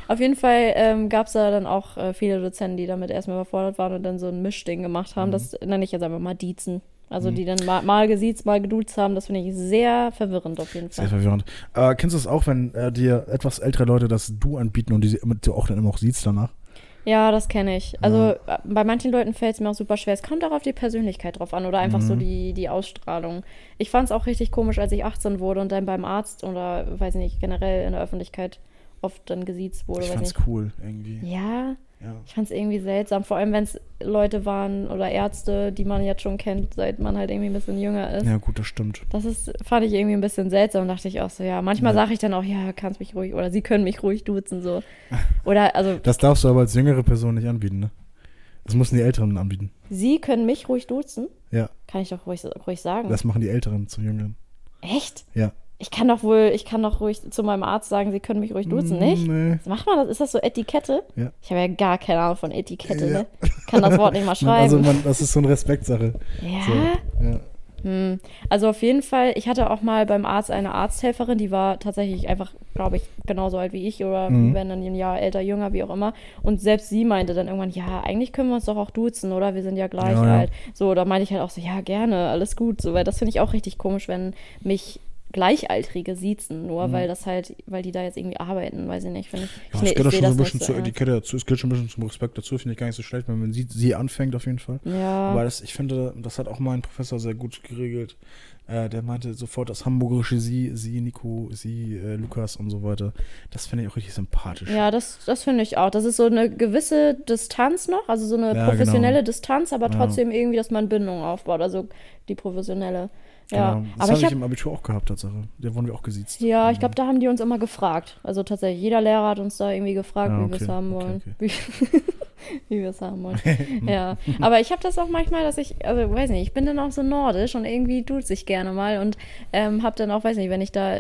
Speaker 3: Auf jeden Fall ähm, gab es da dann auch äh, viele Dozenten, die damit erstmal überfordert waren und dann so ein Mischding gemacht haben. Das
Speaker 2: Mhm.
Speaker 3: nenne ich jetzt einfach mal Diezen. Also die dann mal, mal gesiezt, mal geduzt haben. Das finde ich sehr verwirrend auf jeden
Speaker 2: Sehr
Speaker 3: Fall.
Speaker 2: verwirrend. Äh, kennst du es auch, wenn äh, dir etwas ältere Leute das Du anbieten und die sie- du auch dann immer auch siehst danach?
Speaker 3: Ja, das kenne ich. Also äh, bei manchen Leuten fällt es mir auch super schwer. Es kommt auch auf die Persönlichkeit drauf an oder einfach
Speaker 2: Mhm.
Speaker 3: so die, die Ausstrahlung. Ich fand es auch richtig komisch, als ich 18 wurde und dann beim Arzt oder weiß nicht, generell in der Öffentlichkeit oft dann gesiezt wurde.
Speaker 2: Ich
Speaker 3: weiß
Speaker 2: fand's
Speaker 3: nicht.
Speaker 2: cool irgendwie.
Speaker 3: Ja,
Speaker 2: Ja.
Speaker 3: Ich fand es irgendwie seltsam, vor allem wenn es Leute waren oder Ärzte, die man jetzt schon kennt, seit man halt irgendwie ein bisschen jünger ist.
Speaker 2: ja, gut, das stimmt.
Speaker 3: Das ist, fand ich irgendwie ein bisschen seltsam, dachte ich auch so, ja. Manchmal
Speaker 2: Ja.
Speaker 3: sage ich dann auch, ja, kannst mich ruhig oder sie können mich ruhig duzen, so. Oder, also,
Speaker 2: Das darfst du aber als jüngere Person nicht anbieten, ne? Das müssen die Älteren anbieten.
Speaker 3: sie können mich ruhig duzen?
Speaker 2: Ja,
Speaker 3: Kann ich doch ruhig, ruhig sagen.
Speaker 2: das machen die Älteren zu Jüngeren.
Speaker 3: Echt?
Speaker 2: Ja.
Speaker 3: Ich kann doch wohl, ich kann doch ruhig zu meinem Arzt sagen, sie können mich ruhig duzen,
Speaker 2: Mm,
Speaker 3: nicht?
Speaker 2: Nee.
Speaker 3: Macht man das? Ist das so Etikette?
Speaker 2: Ja.
Speaker 3: Ich habe ja gar keine Ahnung von Etikette,
Speaker 2: Ja.
Speaker 3: ne? Kann das Wort nicht mal schreiben.
Speaker 2: Man, *laughs* also, man, das ist so eine Respektsache.
Speaker 3: ja.
Speaker 2: So, ja.
Speaker 3: Hm. Also auf jeden Fall, ich hatte auch mal beim Arzt eine Arzthelferin, die war tatsächlich einfach, glaube ich, genauso alt wie ich oder
Speaker 2: Mhm.
Speaker 3: wenn dann ein Jahr älter, jünger, wie auch immer. Und selbst sie meinte dann irgendwann, ja, eigentlich können wir uns doch auch duzen, oder? Wir sind ja gleich
Speaker 2: Ja, ja.
Speaker 3: alt. So, da meinte ich halt auch so, ja, gerne, alles gut. So, weil das finde ich auch richtig komisch, wenn mich Gleichaltrige siezen, nur weil das halt, weil die da jetzt irgendwie arbeiten, weiß ich nicht. Finde ich,
Speaker 2: Mhm. Ja,
Speaker 3: ich,
Speaker 2: es
Speaker 3: ne-
Speaker 2: gehört
Speaker 3: ich seh
Speaker 2: ja schon so ein
Speaker 3: das
Speaker 2: bisschen
Speaker 3: nicht
Speaker 2: zur
Speaker 3: ernst.
Speaker 2: Etikette dazu, es gehört schon ein bisschen zum Respekt dazu, finde ich gar nicht so schlecht, wenn man sie, sie anfängt auf jeden Fall.
Speaker 3: Ja.
Speaker 2: Aber das, ich finde, das hat auch mein Professor sehr gut geregelt. Äh, der meinte sofort das hamburgerische Sie, Sie, Nico, Sie, äh, Lukas und so weiter. Das finde ich auch richtig sympathisch.
Speaker 3: Ja, das, das finde ich auch. Das ist so eine gewisse Distanz noch, also so eine
Speaker 2: Ja,
Speaker 3: professionelle
Speaker 2: genau.
Speaker 3: Distanz, aber
Speaker 2: Ja.
Speaker 3: trotzdem irgendwie, dass man Bindung aufbaut, also die professionelle. Ja,
Speaker 2: Genau. das
Speaker 3: aber
Speaker 2: habe
Speaker 3: ich
Speaker 2: ich
Speaker 3: habe.
Speaker 2: im Abitur auch gehabt, Tatsache. Da wurden wir auch gesiezt.
Speaker 3: Ja, ich glaube, da haben die uns immer gefragt. Also tatsächlich, jeder Lehrer hat uns da irgendwie gefragt,
Speaker 2: Ah,
Speaker 3: wie wir es
Speaker 2: okay,
Speaker 3: haben
Speaker 2: okay,
Speaker 3: wollen.
Speaker 2: okay.
Speaker 3: Wie, *laughs* wie wir es haben
Speaker 2: *laughs*
Speaker 3: wollen. ja, aber ich habe das auch manchmal, dass ich, also weiß nicht, ich bin dann auch so nordisch und irgendwie tut sich gerne mal und ähm, habe dann auch, weiß nicht, wenn ich da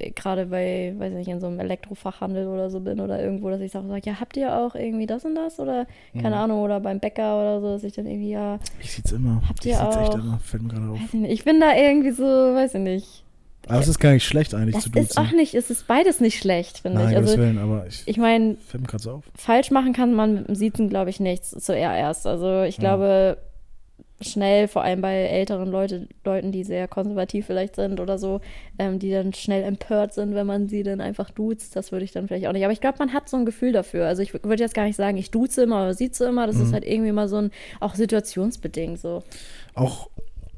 Speaker 3: äh, gerade bei, weiß nicht, in so einem Elektrofachhandel oder so bin oder irgendwo, dass ich auch sage, ja, habt ihr auch irgendwie das und das oder keine
Speaker 2: Mhm.
Speaker 3: Ahnung, oder beim Bäcker oder so, dass ich dann irgendwie, ja,
Speaker 2: Ich sieht's immer.
Speaker 3: Habt
Speaker 2: ich
Speaker 3: ihr
Speaker 2: sieht's echt
Speaker 3: auch?
Speaker 2: immer. Fällt mir gerade auf.
Speaker 3: weiß ich nicht, ich bin da irgendwie so, weiß ich nicht.
Speaker 2: Aber es ist gar nicht schlecht eigentlich
Speaker 3: Das
Speaker 2: zu
Speaker 3: ist auch
Speaker 2: duzen.
Speaker 3: nicht, es ist beides nicht schlecht, finde
Speaker 2: Nein,
Speaker 3: ich.
Speaker 2: Gottes
Speaker 3: Also
Speaker 2: Willen, aber ich,
Speaker 3: ich meine,
Speaker 2: fällt mir gerade so auf.
Speaker 3: falsch machen kann man mit dem Siezen, glaube ich, nichts zuerst. Also ich glaube, schnell, vor allem bei älteren Leute, Leuten, die sehr konservativ vielleicht sind oder so, ähm, die dann schnell empört sind, wenn man sie dann einfach duzt, das würde ich dann vielleicht auch nicht. Aber ich glaube, man hat so ein Gefühl dafür. Also ich w- würde jetzt gar nicht sagen, ich duze immer oder sieze immer.
Speaker 2: Mhm.
Speaker 3: Das ist halt irgendwie mal so ein, auch situationsbedingt so.
Speaker 2: Auch,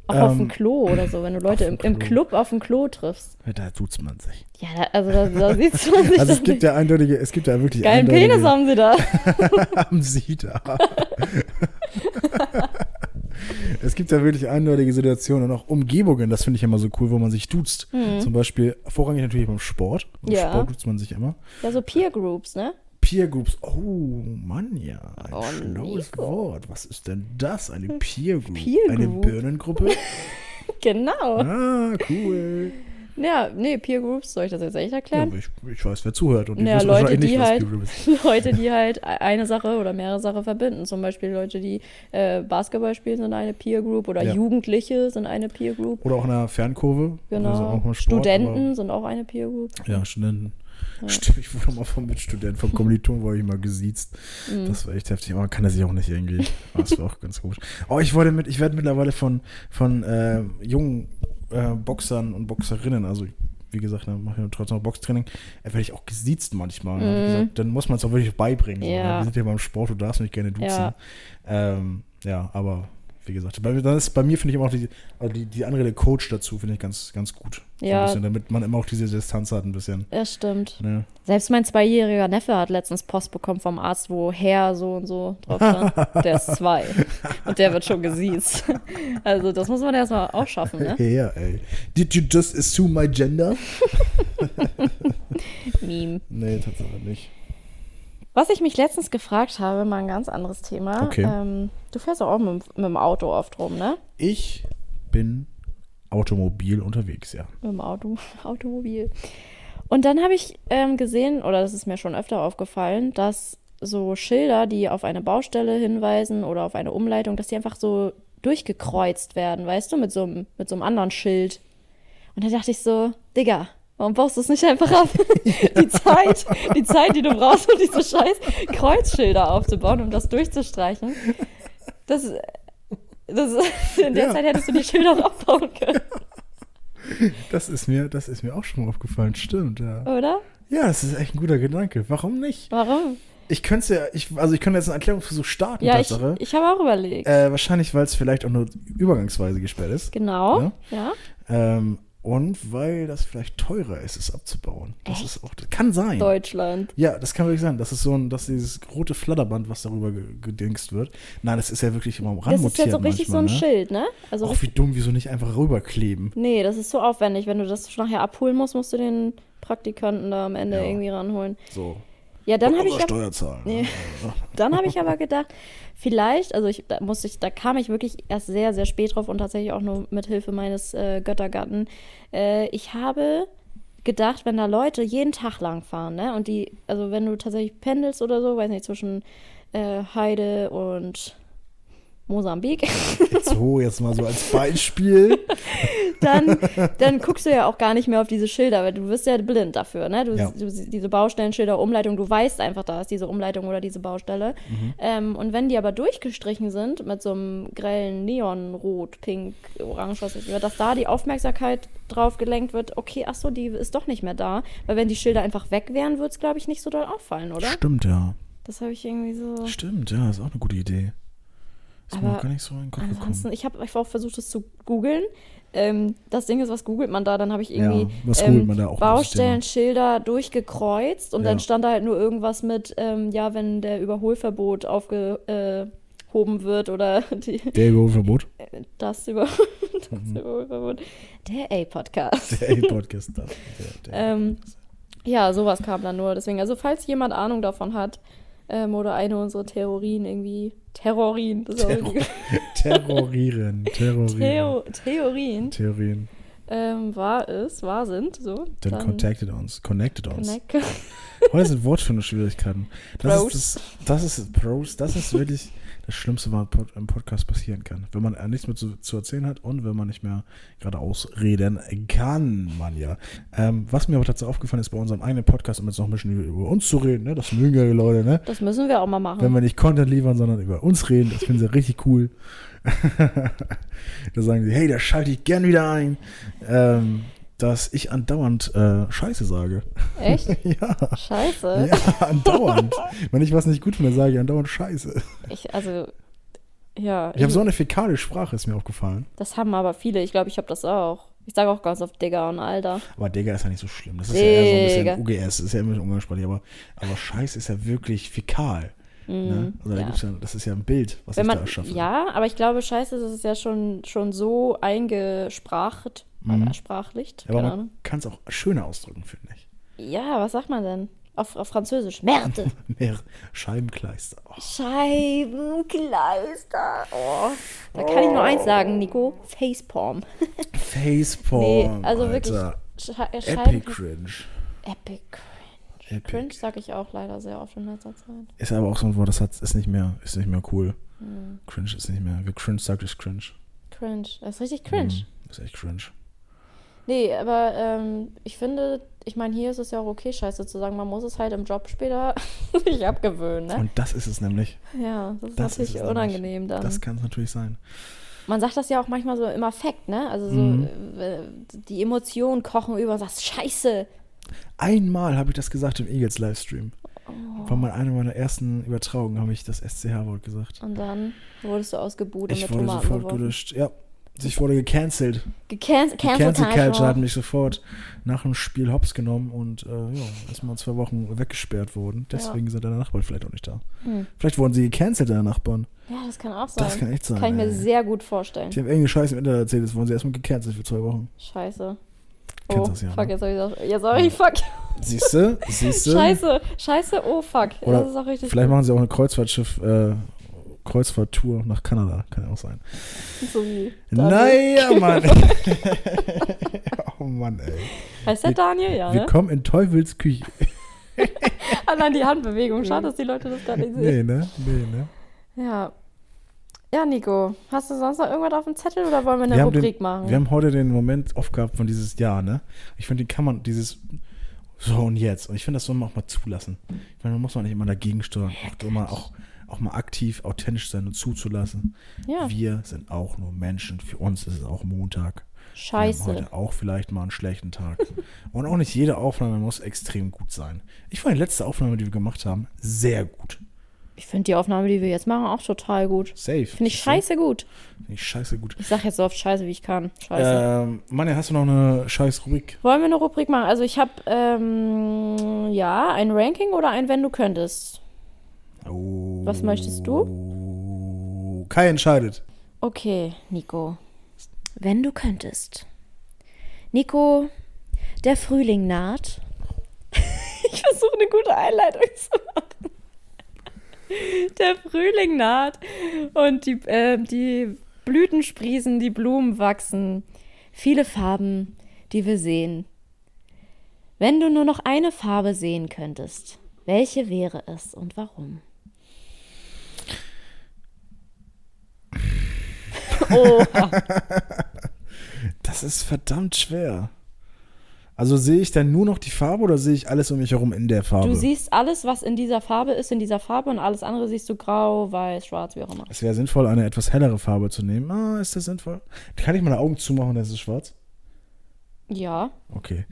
Speaker 3: Auch auf dem
Speaker 2: ähm,
Speaker 3: Klo oder so, wenn du Leute im,
Speaker 2: auf dem
Speaker 3: im
Speaker 2: Klo.
Speaker 3: Club auf dem Klo triffst.
Speaker 2: da tut's man sich.
Speaker 3: Ja, da, also da, da sieht
Speaker 2: *laughs*
Speaker 3: man sich das
Speaker 2: Also es gibt
Speaker 3: nicht.
Speaker 2: ja eindeutige, es gibt ja wirklich
Speaker 3: Geilen
Speaker 2: eindeutige,
Speaker 3: Penis
Speaker 2: *laughs*
Speaker 3: haben sie da.
Speaker 2: haben sie da. es gibt ja wirklich eindeutige Situationen und auch Umgebungen, das finde ich immer so cool, wo man sich duzt. Zum Beispiel vorrangig natürlich beim Sport. Beim
Speaker 3: Mhm. Ja.
Speaker 2: Sport duzt man sich immer.
Speaker 3: Ja, so Peer Groups, ne?
Speaker 2: Peer Groups, oh Mann, ja, ein
Speaker 3: Oh,
Speaker 2: schlaues
Speaker 3: Nico. Hm.
Speaker 2: Wort. Was ist denn das? Eine Peer Group?
Speaker 3: Peer
Speaker 2: Eine
Speaker 3: Group. *laughs*
Speaker 2: Birnengruppe?
Speaker 3: Genau.
Speaker 2: Ah, cool.
Speaker 3: Ja, nee, Peer Groups, soll ich das jetzt echt
Speaker 2: Ja,
Speaker 3: erklären?
Speaker 2: aber ich, ich weiß, wer zuhört. Und die
Speaker 3: Ja,
Speaker 2: wissen
Speaker 3: Leute,
Speaker 2: wahrscheinlich
Speaker 3: die
Speaker 2: nicht, was
Speaker 3: halt,
Speaker 2: Peer Group
Speaker 3: *laughs*
Speaker 2: ist.
Speaker 3: Leute, die halt eine Sache oder mehrere Sachen verbinden. Zum Beispiel Leute, die äh, Basketball spielen, sind eine Peer Group oder
Speaker 2: Ja.
Speaker 3: Jugendliche sind eine Peer Group.
Speaker 2: Oder auch in einer Fernkurve.
Speaker 3: Genau.
Speaker 2: Also auch mal Sport,
Speaker 3: Studenten sind auch eine Peer Group.
Speaker 2: Aber, ja, Studenten. Stimmt, ich wurde mal vom Mitstudenten, vom Kommiliton wurde ich mal gesiezt. Das war echt heftig, aber man kann er sich auch nicht irgendwie. Aber das war auch ganz gut. Oh, ich wurde mit, ich werde mittlerweile von, von äh, jungen äh, Boxern und Boxerinnen, also wie gesagt, dann mache ich trotzdem noch Boxtraining, äh, werde ich auch gesiezt manchmal. Dann hab ich Gesagt, dann muss man es auch wirklich beibringen. So,
Speaker 3: Ja.
Speaker 2: ne? Wir sind ja beim Sport, du darfst mich gerne duzen.
Speaker 3: Ja.
Speaker 2: Ähm, ja, aber wie gesagt, bei, mir- dann ist, bei mir finde ich immer auch die, also die, die Anrede Coach dazu, finde ich ganz, ganz gut.
Speaker 3: Ja.
Speaker 2: So ein bisschen, damit man immer auch diese Distanz hat, ein bisschen.
Speaker 3: Das stimmt.
Speaker 2: Ne?
Speaker 3: Selbst mein zweijähriger Neffe hat letztens Post bekommen vom Arzt, wo Herr so und so drauf
Speaker 2: *laughs*
Speaker 3: stand. der ist zwei. Und der wird schon gesiezt. Also, das muss man erstmal auch schaffen,
Speaker 2: *laughs*
Speaker 3: ne?
Speaker 2: Hey, ja, ey. Did you just assume my gender?
Speaker 3: Meme.
Speaker 2: Nee, tatsächlich nicht.
Speaker 3: Was ich mich letztens gefragt habe, mal ein ganz anderes Thema.
Speaker 2: Okay.
Speaker 3: Ähm, du fährst auch mit, mit dem Auto oft rum, ne?
Speaker 2: Ich bin automobil unterwegs, ja.
Speaker 3: Mit dem Auto, *laughs* Automobil. Und dann habe ich ähm, gesehen, oder das ist mir schon öfter aufgefallen, dass so Schilder, die auf eine Baustelle hinweisen oder auf eine Umleitung, dass die einfach so durchgekreuzt werden, weißt du, mit so einem, mit so einem anderen Schild. Und da dachte ich so, Digga, Warum baust du es nicht einfach ab? *laughs* die Zeit, die Zeit, die du brauchst, um diese scheiß Kreuzschilder aufzubauen, um das durchzustreichen. Das, das, *laughs* in der
Speaker 2: Ja.
Speaker 3: Zeit hättest du die Schilder noch aufbauen können,
Speaker 2: Das ist mir, das ist mir auch schon mal aufgefallen. Stimmt, ja.
Speaker 3: oder?
Speaker 2: Ja, das ist echt ein guter Gedanke. Warum nicht?
Speaker 3: Warum?
Speaker 2: Ich könnte ja, ich, also ich könnte jetzt einen Erklärungsversuch starten,
Speaker 3: Ja, ich,
Speaker 2: Tatsache.
Speaker 3: ich habe auch überlegt.
Speaker 2: äh, wahrscheinlich, weil es vielleicht auch nur übergangsweise gesperrt ist.
Speaker 3: genau,
Speaker 2: ja.
Speaker 3: ja.
Speaker 2: Ähm, und weil das vielleicht teurer ist, es abzubauen. Das ist auch, das kann sein.
Speaker 3: Deutschland.
Speaker 2: Ja, das kann wirklich sein. Das ist so ein, dass dieses rote Flatterband, was darüber ge- gedingst wird. Nein, das ist ja wirklich immer am Rand
Speaker 3: Das ist
Speaker 2: montiert
Speaker 3: jetzt so richtig
Speaker 2: manchmal,
Speaker 3: so ein
Speaker 2: ne?
Speaker 3: Schild, ne? Also
Speaker 2: Auch wie dumm, wieso nicht einfach rüberkleben?
Speaker 3: Nee, das ist so aufwendig. Wenn du das nachher abholen musst, musst du den Praktikanten da am Ende
Speaker 2: Ja.
Speaker 3: irgendwie ranholen.
Speaker 2: So.
Speaker 3: Ja, dann habe
Speaker 2: Unser
Speaker 3: ich, ab-
Speaker 2: Steuerzahlen.
Speaker 3: Nee.
Speaker 2: ne?
Speaker 3: dann hab ich aber gedacht, vielleicht, also ich, da musste ich, da kam ich wirklich erst sehr, sehr spät drauf und tatsächlich auch nur mit Hilfe meines äh, Göttergatten. Äh, ich habe gedacht, wenn da Leute jeden Tag lang fahren, ne? Und die, also wenn du tatsächlich pendelst oder so, weiß nicht, zwischen äh, Heide und Mosambik.
Speaker 2: So, Also, jetzt mal so als Beispiel.
Speaker 3: dann, dann guckst du ja auch gar nicht mehr auf diese Schilder, weil du wirst ja blind dafür, ne? Du,
Speaker 2: Ja.
Speaker 3: du sie- diese Baustellenschilder, Umleitung, du weißt einfach, da ist diese Umleitung oder diese Baustelle. Ähm, und wenn die aber durchgestrichen sind mit so einem grellen Neonrot, Pink, Orange, was weiß ich, dass da die Aufmerksamkeit drauf gelenkt wird, okay, ach so, die ist doch nicht mehr da. Weil wenn die Schilder einfach weg wären, würde es, glaube ich, nicht so doll auffallen, *laughs* oder?
Speaker 2: Stimmt, ja.
Speaker 3: Das habe ich irgendwie so.
Speaker 2: Stimmt, ja, ist auch eine gute Idee. Ist mir
Speaker 3: Aber
Speaker 2: noch gar nicht so in den Kopf
Speaker 3: Ansonsten,
Speaker 2: gekommen.
Speaker 3: ich habe auch versucht, das zu googeln. Ähm, das Ding ist, was googelt man da? Dann habe ich irgendwie
Speaker 2: was googelt
Speaker 3: ähm,
Speaker 2: man da auch?
Speaker 3: Baustellenschilder durchgekreuzt und dann
Speaker 2: Ja.
Speaker 3: stand da halt nur irgendwas mit, ähm, ja, wenn der Überholverbot aufgehoben äh, hoben wird oder *laughs* die,
Speaker 2: Der Überholverbot.
Speaker 3: *laughs* das, Über das
Speaker 2: Mhm.
Speaker 3: Überholverbot. Der A-Podcast.
Speaker 2: Der Podcast. das- Der, der.
Speaker 3: Ähm, ja, sowas kam dann nur. Deswegen, also falls jemand Ahnung davon hat ähm, oder eine unserer Theorien irgendwie, Terrorien, das ist auch *laughs*
Speaker 2: Terror-
Speaker 3: irgendwie-
Speaker 2: Terrorieren. Terrorieren.
Speaker 3: Theo Theorien.
Speaker 2: Theorien.
Speaker 3: ähm, war ist, war sind, so.
Speaker 2: Dann, contacted uns. Connected uns.
Speaker 3: connect. *laughs*
Speaker 2: Heute sind Wortfindungsschwierigkeiten. Das
Speaker 3: Prost.
Speaker 2: ist das, das ist Pros, das ist wirklich das Schlimmste, was pod- im Podcast passieren kann. Wenn man äh, nichts mehr zu, zu erzählen hat und wenn man nicht mehr geradeaus reden kann, man ja. Ähm, was mir aber dazu aufgefallen ist bei unserem eigenen Podcast, um jetzt noch ein bisschen über uns zu reden, ne? das mögen ja die Leute, ne?
Speaker 3: Das müssen wir auch mal machen.
Speaker 2: Wenn wir nicht Content liefern, sondern über uns reden, das finden sie richtig cool. *laughs* da sagen sie, hey, da schalte ich gern wieder ein. Ähm, dass ich andauernd äh, Scheiße sage. *laughs*
Speaker 3: Echt?
Speaker 2: ja.
Speaker 3: Scheiße.
Speaker 2: Ja, *laughs* andauernd. Wenn ich was nicht gut finde, sage ich andauernd Scheiße.
Speaker 3: Ich, also, ja.
Speaker 2: Ich habe so eine fäkale Sprache, ist mir aufgefallen.
Speaker 3: das haben aber viele. Ich glaube, ich habe das auch. Ich sage auch ganz oft Digger und Alter.
Speaker 2: Aber Digga ist ja nicht so schlimm. Das ist ja eher
Speaker 3: Digga.
Speaker 2: so ein bisschen UGS, ist ja immer umgangssprachlich. Aber, aber Scheiße ist ja wirklich fäkal. ne? Also da
Speaker 3: Mhm, ja.
Speaker 2: gibt's ja, das ist ja ein Bild, was
Speaker 3: Wenn
Speaker 2: ich
Speaker 3: man,
Speaker 2: da schaffe.
Speaker 3: ja, aber ich glaube, Scheiße, das ist ja schon, schon so eingespracht. Mhm. Sprachlicht,
Speaker 2: aber
Speaker 3: keine
Speaker 2: man
Speaker 3: Ahnung.
Speaker 2: kann es auch schöner ausdrücken, finde ich. *laughs*
Speaker 3: Ja, was sagt man denn? Auf, auf Französisch. Merde.
Speaker 2: Mehr Scheibenkleister. Oh,
Speaker 3: Scheibenkleister. Oh. Da kann ich nur eins
Speaker 2: Oh.
Speaker 3: sagen, Nico. Facepalm.
Speaker 2: Facepalm.
Speaker 3: nee, also wirklich.
Speaker 2: Alter.
Speaker 3: Sche äh,
Speaker 2: Epic
Speaker 3: Scheiben
Speaker 2: Cringe.
Speaker 3: Epic Cringe.
Speaker 2: Epic.
Speaker 3: Cringe sage ich auch leider sehr oft in letzter Zeit.
Speaker 2: Ist aber auch so ein Wort, das hat, ist, nicht mehr, ist nicht mehr cool.
Speaker 3: Mhm.
Speaker 2: Cringe ist nicht mehr. Wer Cringe sagt, ist Cringe.
Speaker 3: Cringe. Das ist richtig cringe.
Speaker 2: Mhm. Das ist echt cringe.
Speaker 3: Nee, aber ähm, ich finde, ich meine, hier ist es ja auch okay, Scheiße zu sagen. Man muss es halt im Job später *laughs* sich abgewöhnen, ne?
Speaker 2: Und das ist es nämlich.
Speaker 3: ja, das ist
Speaker 2: Das
Speaker 3: natürlich
Speaker 2: ist es
Speaker 3: unangenehm dann.
Speaker 2: Das kann es natürlich sein.
Speaker 3: Man sagt das ja auch manchmal so im Affekt, ne? Also so,
Speaker 2: Mhm.
Speaker 3: äh, die Emotionen kochen über und sagst, Scheiße.
Speaker 2: Einmal habe ich das gesagt im Eagles Livestream.
Speaker 3: Oh.
Speaker 2: Bei meiner- einer meiner ersten Übertragungen habe ich das SCH-Wort gesagt.
Speaker 3: Und dann wurdest du ausgebuht und
Speaker 2: Ich
Speaker 3: mit
Speaker 2: wurde
Speaker 3: Tomaten
Speaker 2: sofort
Speaker 3: beworfen.
Speaker 2: gelöscht. Ja. Ich wurde gecancelt.
Speaker 3: Gecanc-
Speaker 2: Die
Speaker 3: Cancel
Speaker 2: Cancel Culture hat
Speaker 3: Culture.
Speaker 2: mich sofort nach dem Spiel hops genommen und äh, ja, erstmal zwei Wochen weggesperrt worden. Deswegen sind deine Nachbarn vielleicht auch nicht da.
Speaker 3: Hm.
Speaker 2: Vielleicht wurden sie gecancelt, deine Nachbarn.
Speaker 3: Ja, das kann auch sein.
Speaker 2: Das kann echt sein,
Speaker 3: Kann ich mir
Speaker 2: ey.
Speaker 3: sehr gut vorstellen.
Speaker 2: Die haben irgendeinen Scheiß im Internet erzählt, jetzt wurden sie erstmal gecancelt für zwei Wochen.
Speaker 3: Scheiße.
Speaker 2: Kennst
Speaker 3: Oh,
Speaker 2: das ja,
Speaker 3: fuck,
Speaker 2: ne?
Speaker 3: jetzt hab ich das. Jetzt hab ich
Speaker 2: *laughs*
Speaker 3: fuck. *laughs*
Speaker 2: Siehst du? Siehst du?
Speaker 3: Scheiße, scheiße, oh fuck.
Speaker 2: Oder
Speaker 3: das ist auch richtig
Speaker 2: Vielleicht machen sie auch eine Kreuzfahrtschiff, äh, Kreuzfahrttour nach Kanada, kann ja auch sein.
Speaker 3: so wie. Daniel.
Speaker 2: Naja, Mann.
Speaker 3: *laughs*
Speaker 2: oh Mann, *laughs* ey.
Speaker 3: Heißt der
Speaker 2: Wir-
Speaker 3: Daniel, ja,
Speaker 2: Wir
Speaker 3: ne?
Speaker 2: kommen in Teufels Küche.
Speaker 3: Allein die Handbewegung, schade, dass die Leute das gar nicht sehen.
Speaker 2: Nee, ne? Nee, ne?
Speaker 3: Ja. Ja, Nico, hast du sonst noch irgendwas auf dem Zettel oder wollen wir eine
Speaker 2: wir haben,
Speaker 3: Rubrik
Speaker 2: den,
Speaker 3: machen?
Speaker 2: wir haben heute den Moment oft gehabt von dieses Jahr, ne? Ich finde, den kann man dieses so und jetzt. Und ich finde, das soll man auch mal zulassen. Ich meine, man muss man nicht immer dagegen steuern. Auch immer auch, auch mal aktiv, authentisch sein und zuzulassen.
Speaker 3: Ja.
Speaker 2: Wir sind auch nur Menschen. Für uns ist es auch Montag. Wir haben
Speaker 3: Scheiße.
Speaker 2: heute auch vielleicht mal einen schlechten
Speaker 3: *laughs*
Speaker 2: Tag. und auch nicht jede Aufnahme muss extrem gut sein. Ich fand die letzte Aufnahme, die wir gemacht haben, sehr gut.
Speaker 3: Ich finde die Aufnahme, die wir jetzt machen, auch total gut.
Speaker 2: Safe.
Speaker 3: Finde ich scheiße gut.
Speaker 2: Finde ich scheiße gut.
Speaker 3: Ich sag jetzt so oft scheiße, wie ich kann. Scheiße.
Speaker 2: Ähm, Manja, hast du noch eine scheiß Rubrik?
Speaker 3: Wollen wir eine Rubrik machen? Also ich habe, ähm, ja, ein Ranking oder ein Wenn du könntest.
Speaker 2: Oh.
Speaker 3: Was möchtest du?
Speaker 2: Kai entscheidet.
Speaker 3: Okay, Nico. Wenn du könntest. Nico, der Frühling naht. *laughs* Ich versuche eine gute Einleitung zu machen. Der Frühling naht und die, ähm, die Blüten sprießen, die Blumen wachsen. Viele Farben, die wir sehen. Wenn du nur noch eine Farbe sehen könntest, welche wäre es und warum? Oh,
Speaker 2: Das ist verdammt schwer. Also sehe ich dann nur noch die Farbe oder sehe ich alles um mich herum in der Farbe?
Speaker 3: Du siehst alles, was in dieser Farbe ist, in dieser Farbe und alles andere siehst du grau, weiß, schwarz, wie auch immer.
Speaker 2: es wäre sinnvoll, eine etwas hellere Farbe zu nehmen. Ah, ist das sinnvoll? Kann ich meine Augen zumachen, dann ist es schwarz?
Speaker 3: Ja.
Speaker 2: Okay.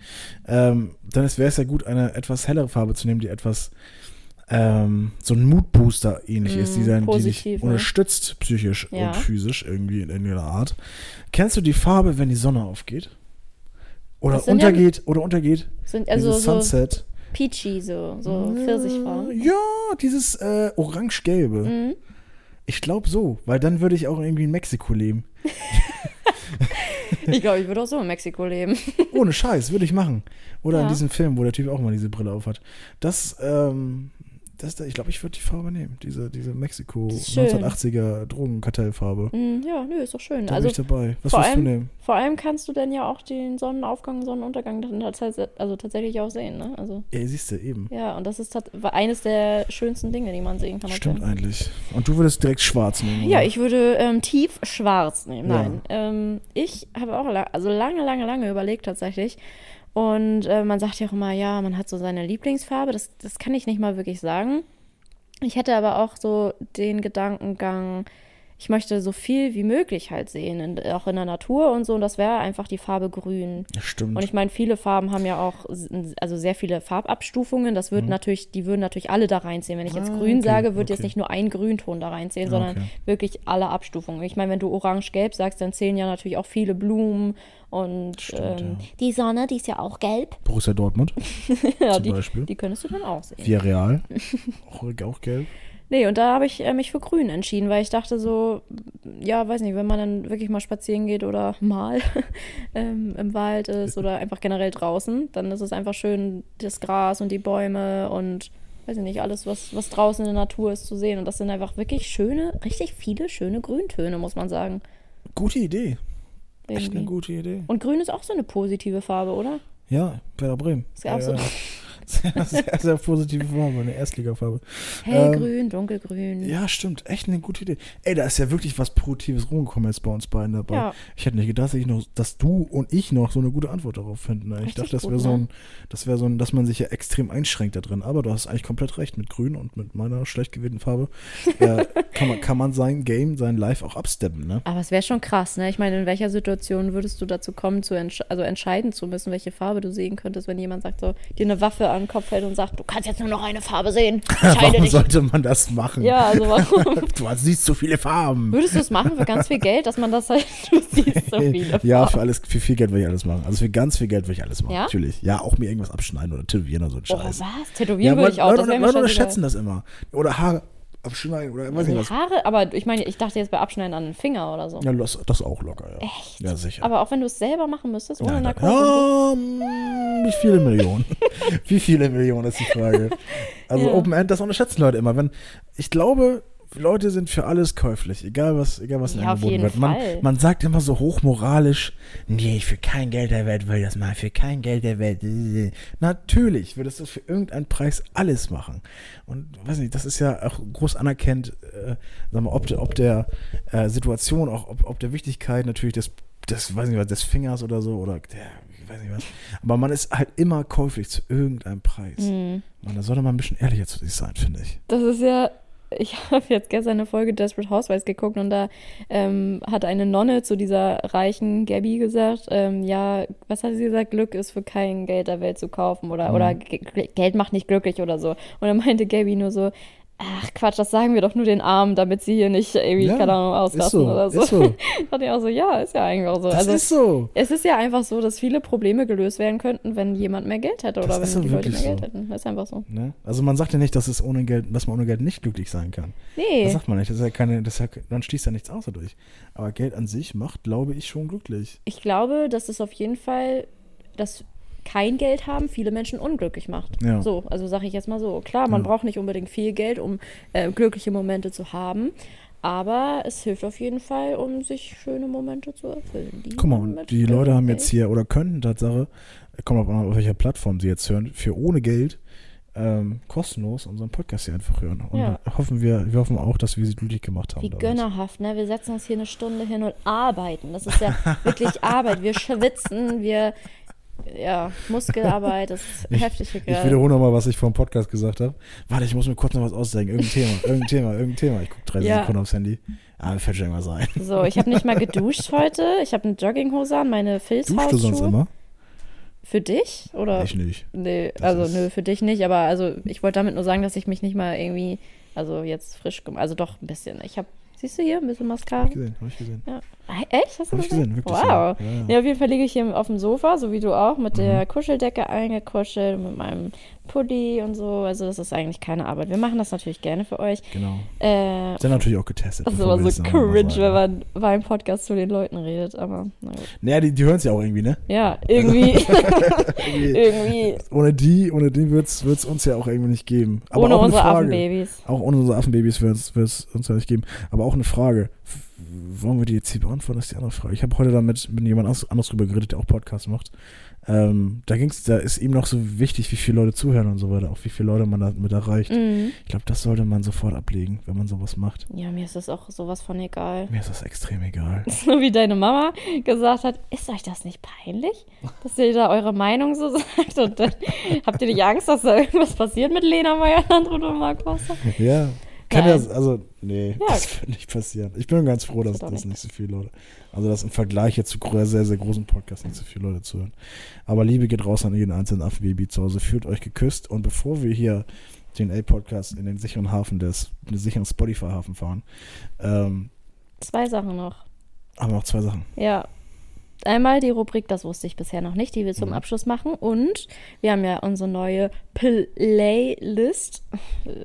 Speaker 2: Ähm, dann wäre es ja gut, eine etwas hellere Farbe zu nehmen, die etwas ähm, so ein Moodbooster ähnlich ist, die, dann, die dich
Speaker 3: Mm, positiv, ne?
Speaker 2: unterstützt psychisch
Speaker 3: Ja.
Speaker 2: und physisch irgendwie in irgendeiner Art. Kennst du die Farbe, wenn die Sonne aufgeht? Oder
Speaker 3: Das sind ja-
Speaker 2: untergeht, oder untergeht?
Speaker 3: Sind also
Speaker 2: dieses
Speaker 3: so
Speaker 2: Sunset. Mm,
Speaker 3: peachy, so, so Pfirsichfarben. Mhm.
Speaker 2: Ja, dieses äh, orange-gelbe. Ich glaube so, weil dann würde ich auch irgendwie in Mexiko leben.
Speaker 3: Ich glaube, ich würde auch so in Mexiko leben. *laughs*
Speaker 2: Ohne Scheiß, würde ich machen. Oder in
Speaker 3: Ja.
Speaker 2: diesem Film, wo der Typ auch mal diese Brille aufhat. Das, ähm, das, ich glaube, ich würde die Farbe nehmen. Diese, diese Mexiko
Speaker 3: ist schön.
Speaker 2: 1980er Drogenkartellfarbe.
Speaker 3: Hm, ja, nö, ist doch schön.
Speaker 2: Da
Speaker 3: also
Speaker 2: bin ich dabei. Was
Speaker 3: vor,
Speaker 2: würdest du
Speaker 3: allem,
Speaker 2: nehmen?
Speaker 3: vor allem kannst du dann ja auch den Sonnenaufgang, Sonnenuntergang dann tatsächlich, also tatsächlich auch sehen, ne? Also,
Speaker 2: Ja, siehst du, eben.
Speaker 3: ja, und das ist tat- war eines der schönsten Dinge, die man sehen kann.
Speaker 2: Stimmt eigentlich. Und du würdest direkt schwarz nehmen.
Speaker 3: Ja,
Speaker 2: oder?
Speaker 3: ich würde ähm, tief schwarz nehmen.
Speaker 2: Hm. Ja.
Speaker 3: Nein. Ähm, ich habe auch la also lange, lange, lange überlegt tatsächlich. Und äh, man sagt ja auch immer, ja, man hat so seine Lieblingsfarbe. Das, das kann ich nicht mal wirklich sagen. Ich hätte aber auch so den Gedankengang, ich möchte so viel wie möglich halt sehen, in, auch in der Natur und so. Und das wäre einfach die Farbe grün.
Speaker 2: Ja, Stimmt.
Speaker 3: Und ich meine, viele Farben haben ja auch s- also sehr viele Farbabstufungen. Das wird natürlich, die würden natürlich alle da reinzählen. Wenn ich jetzt
Speaker 2: Mhm. Ah,
Speaker 3: grün
Speaker 2: okay,
Speaker 3: sage, wird jetzt
Speaker 2: okay.
Speaker 3: nicht nur ein Grünton da reinzählen, sondern
Speaker 2: Okay.
Speaker 3: wirklich alle Abstufungen. Ich meine, wenn du orange-gelb sagst, dann zählen ja natürlich auch viele Blumen und
Speaker 2: Stimmt,
Speaker 3: ähm,
Speaker 2: ja.
Speaker 1: Die Sonne, die ist ja auch gelb.
Speaker 2: Borussia Dortmund,
Speaker 3: *laughs* ja,
Speaker 2: zum
Speaker 3: die,
Speaker 2: Beispiel.
Speaker 3: die könntest du dann auch sehen. *laughs*
Speaker 2: Via Real. auch, auch gelb.
Speaker 3: Nee, und da habe ich äh, mich für grün entschieden, weil ich dachte so, ja, weiß nicht, wenn man dann wirklich mal spazieren geht oder mal *laughs* ähm, im Wald ist oder einfach generell draußen, dann ist es einfach schön, das Gras und die Bäume und weiß ich nicht, alles, was, was draußen in der Natur ist, zu sehen. Und das sind einfach wirklich schöne, richtig viele schöne Grüntöne, muss man sagen.
Speaker 2: Gute Idee. Echt eine
Speaker 3: irgendwie.
Speaker 2: gute Idee.
Speaker 3: Und grün ist auch so eine positive Farbe, oder?
Speaker 2: Ja, Werder Bremen. Äh,
Speaker 3: Ist ja auch so.
Speaker 2: *laughs* Sehr, sehr, sehr positive Farbe, eine Erstligafarbe.
Speaker 3: Hellgrün, dunkelgrün.
Speaker 2: Ähm, Ja, stimmt. Echt eine gute Idee. Ey, da ist ja wirklich was Produktives rumgekommen jetzt bei uns beiden dabei.
Speaker 3: Ja.
Speaker 2: Ich hätte nicht gedacht, dass, ich noch, dass du und ich noch so eine gute Antwort darauf finden. Ich
Speaker 3: Richtig
Speaker 2: dachte, das
Speaker 3: gut,
Speaker 2: wäre so
Speaker 3: ne?
Speaker 2: ein, das wäre so ein, dass man sich ja extrem einschränkt da drin. Aber du hast eigentlich komplett recht mit Grün und mit meiner schlecht gewählten Farbe.
Speaker 3: *laughs*
Speaker 2: äh, kann, man, kann man sein Game, sein Live auch absteppen, ne?
Speaker 3: Aber es wäre schon krass, ne? Ich meine, in welcher Situation würdest du dazu kommen, zu entsch also entscheiden zu müssen, welche Farbe du sehen könntest, wenn jemand sagt, so, dir eine Waffe an den Kopf hält und sagt, du kannst jetzt nur noch eine Farbe sehen. Entscheide
Speaker 2: Warum
Speaker 3: dich.
Speaker 2: sollte man das machen?
Speaker 3: Ja, also warum?
Speaker 2: *laughs* Du siehst so viele Farben.
Speaker 3: Würdest du es machen für ganz viel Geld, dass man das halt, *laughs* du siehst so viele Farben.
Speaker 2: ja, für alles, für viel Geld würde ich alles machen. Also für ganz viel Geld würde ich alles machen,
Speaker 3: Ja?
Speaker 2: natürlich. Ja, auch mir irgendwas abschneiden oder tätowieren oder so ein
Speaker 3: Oh,
Speaker 2: Scheiß.
Speaker 3: was? Tätowieren
Speaker 2: ja,
Speaker 3: würde ich auch, das wäre
Speaker 2: Leute,
Speaker 3: mir
Speaker 2: Leute
Speaker 3: schon
Speaker 2: unterschätzen das immer. Oder Haare abschneiden oder weiß nicht
Speaker 3: Die
Speaker 2: was.
Speaker 3: Haare, aber ich meine, ich dachte jetzt bei Abschneiden an den Finger oder so.
Speaker 2: Ja, das, das auch locker, ja. Echt? Ja, sicher.
Speaker 3: Aber auch wenn du es selber machen müsstest, ohne
Speaker 2: Nein, nein.
Speaker 3: Narkose. und so.
Speaker 2: Ja, mm, wie
Speaker 3: *laughs*
Speaker 2: viele Millionen? wie viele Millionen ist die Frage. Also
Speaker 3: Ja.
Speaker 2: Open End, das unterschätzen Leute immer. Wenn, ich glaube, Leute sind für alles käuflich, egal was, egal was ihnen
Speaker 3: Ja, auf
Speaker 2: angeboten
Speaker 3: jeden
Speaker 2: wird. Man,
Speaker 3: Fall.
Speaker 2: man sagt immer so hochmoralisch, nee, für kein Geld der Welt will ich das mal, für kein Geld der Welt. äh, äh." Natürlich würdest du für irgendeinen Preis alles machen. Und weiß nicht, das ist ja auch groß anerkannt, äh, sag mal, ob, der- ob der äh, Situation, auch ob, ob der Wichtigkeit natürlich des, des, weiß nicht was, des Fingers oder so, oder der, ich weiß nicht was. Aber man ist halt immer käuflich zu irgendeinem Preis.
Speaker 3: Mhm.
Speaker 2: Man, da sollte man ein bisschen ehrlicher zu sich sein, finde ich.
Speaker 3: Das ist ja. *laughs* Ich habe jetzt gestern eine Folge Desperate Housewives geguckt und da ähm, hat eine Nonne zu dieser reichen Gabby gesagt, ähm, ja, was hat sie gesagt? Glück ist für kein Geld der Welt zu kaufen oder, oder
Speaker 2: Mhm.
Speaker 3: G- G- Geld macht nicht glücklich oder so. Und dann meinte Gabby nur so, ach Quatsch, das sagen wir doch nur den Armen, damit sie hier nicht irgendwie,
Speaker 2: Ja,
Speaker 3: keine Ahnung,
Speaker 2: ist
Speaker 3: auslassen
Speaker 2: so,
Speaker 3: oder so. *laughs*
Speaker 2: ist so.
Speaker 3: Dachte ich auch so, ja, ist ja eigentlich auch so.
Speaker 2: Das
Speaker 3: also,
Speaker 2: ist so.
Speaker 3: es ist ja einfach so, dass viele Probleme gelöst werden könnten, wenn jemand mehr Geld hätte oder
Speaker 2: Das ist
Speaker 3: wenn
Speaker 2: doch
Speaker 3: die Leute mehr
Speaker 2: wirklich
Speaker 3: Geld
Speaker 2: so.
Speaker 3: hätten. Das ist einfach so.
Speaker 2: Ne? Also man sagt ja nicht, dass es ohne Geld, dass man ohne Geld nicht glücklich sein kann.
Speaker 3: Nee.
Speaker 2: Das sagt man nicht. Das ist ja keine, das ist ja, man schließt ja nichts aus dadurch. Aber Geld an sich macht, glaube ich, schon glücklich.
Speaker 3: Ich glaube, dass es auf jeden Fall, dass kein Geld haben viele Menschen unglücklich macht.
Speaker 2: Ja.
Speaker 3: So, also sage ich jetzt mal so. Klar, man
Speaker 2: Ja.
Speaker 3: braucht nicht unbedingt viel Geld, um äh, glückliche Momente zu haben. Aber es hilft auf jeden Fall, um sich schöne Momente zu erfüllen. Die
Speaker 2: Guck mal, und
Speaker 3: mit
Speaker 2: die Leute haben
Speaker 3: Geld-
Speaker 2: jetzt hier oder können Tatsache, kommt auch an, auf welcher Plattform sie jetzt hören, für ohne Geld ähm, kostenlos unseren Podcast hier einfach hören. Und
Speaker 3: Ja.
Speaker 2: hoffen wir, wir hoffen auch, dass wir sie glücklich gemacht haben.
Speaker 3: Wie
Speaker 2: damit.
Speaker 3: gönnerhaft, ne? Wir setzen uns hier eine Stunde hin und arbeiten. Das
Speaker 2: *laughs*
Speaker 3: ist ja wirklich Arbeit. Wir schwitzen, wir. Ja, Muskelarbeit, das ist
Speaker 2: Ich,
Speaker 3: heftig hier
Speaker 2: ich
Speaker 3: gerade.
Speaker 2: wiederhole nochmal, was ich vor dem Podcast gesagt habe. Warte, ich muss mir kurz noch was ausdenken. Irgendein Thema, irgendein Thema, irgendein Thema. Ich gucke 30
Speaker 3: Ja.
Speaker 2: Sekunden aufs Handy. Ah, mir fällt schon irgendwas ein.
Speaker 3: So, ich habe nicht
Speaker 2: *laughs*
Speaker 3: mal geduscht heute. Ich habe eine Jogginghose an, meine
Speaker 2: Duschst du sonst
Speaker 3: Filzhausschuhe.
Speaker 2: immer?
Speaker 3: Für dich? Oder?
Speaker 2: Ich nicht.
Speaker 3: Nee,
Speaker 2: Das
Speaker 3: also
Speaker 2: ist-
Speaker 3: nö, für dich nicht, aber also ich wollte damit nur sagen, dass ich mich nicht mal irgendwie, also jetzt frisch gemacht, also doch ein bisschen. Ich habe, siehst du hier, ein bisschen Mascara.
Speaker 2: Hab ich gesehen, hab ich gesehen.
Speaker 3: Ja. E- Echt? Hast du
Speaker 2: Hab ich
Speaker 3: gesehen?
Speaker 2: gesehen, wirklich so.
Speaker 3: Wow.
Speaker 2: Ja, Mhm. ja.
Speaker 3: Nee, auf jeden Fall liege ich hier auf dem Sofa, so wie du auch, mit der Kuscheldecke eingekuschelt, mit meinem Pulli und so. Also das ist eigentlich keine Arbeit. Wir machen das natürlich gerne für euch.
Speaker 2: Genau.
Speaker 3: Äh,
Speaker 2: Sind natürlich auch getestet.
Speaker 3: das ist
Speaker 2: bevor
Speaker 3: immer
Speaker 2: wir
Speaker 3: so
Speaker 2: das dann nochmal ne?
Speaker 3: cringe,
Speaker 2: sagen.
Speaker 3: wenn man beim Podcast zu den Leuten redet, aber na
Speaker 2: *laughs*
Speaker 3: gut.
Speaker 2: Naja, die, die hören es ja auch irgendwie, ne?
Speaker 3: Ja, irgendwie,
Speaker 2: *laughs* Irgendwie-
Speaker 3: irgendwie,
Speaker 2: ohne die, ohne die wird es uns ja auch irgendwie nicht geben. Aber
Speaker 3: ohne
Speaker 2: auch eine
Speaker 3: unsere
Speaker 2: Frage.
Speaker 3: Affenbabys.
Speaker 2: Auch ohne unsere Affenbabys wird es uns ja nicht geben. Aber auch eine Frage. F- Wollen wir die jetzt hier beantworten? Das ist die andere Frage. Ich habe heute damit mit jemand aus- anderes drüber geredet, der auch Podcast macht. Ähm, da ging's, da ist ihm noch so wichtig, wie viele Leute zuhören und so weiter, auch wie viele Leute man damit erreicht.
Speaker 3: Mhm.
Speaker 2: Ich glaube, das sollte man sofort ablegen, wenn man sowas macht.
Speaker 3: Ja, mir ist das auch sowas von egal. *laughs*
Speaker 2: Mir ist das extrem egal.
Speaker 3: So wie deine Mama gesagt hat, ist euch das nicht peinlich, dass ihr da eure Meinung so *laughs* sagt? Und dann habt ihr nicht Angst, dass da irgendwas passiert mit Lena Meyer-Landrut und Marc Forster?
Speaker 2: *laughs* Ja. Kann ja,
Speaker 3: Nein.
Speaker 2: also, nee, das wird nicht passieren. Ich bin ganz froh, dass
Speaker 3: wird auch
Speaker 2: das nicht so viele Leute, also dass im Vergleich jetzt zu gro- sehr, sehr großen Podcasts nicht so viele Leute zuhören. Aber Liebe geht raus an jeden einzelnen Affenbaby zu Hause, fühlt euch geküsst und bevor wir hier den A-Podcast in den sicheren Hafen des, in den sicheren Spotify-Hafen fahren, ähm,
Speaker 3: Zwei Sachen noch.
Speaker 2: haben wir noch zwei Sachen.
Speaker 3: Ja. Einmal die Rubrik, das wusste ich bisher noch nicht, die wir
Speaker 2: Mhm.
Speaker 3: zum Abschluss machen. Und wir haben ja unsere neue Playlist. *laughs*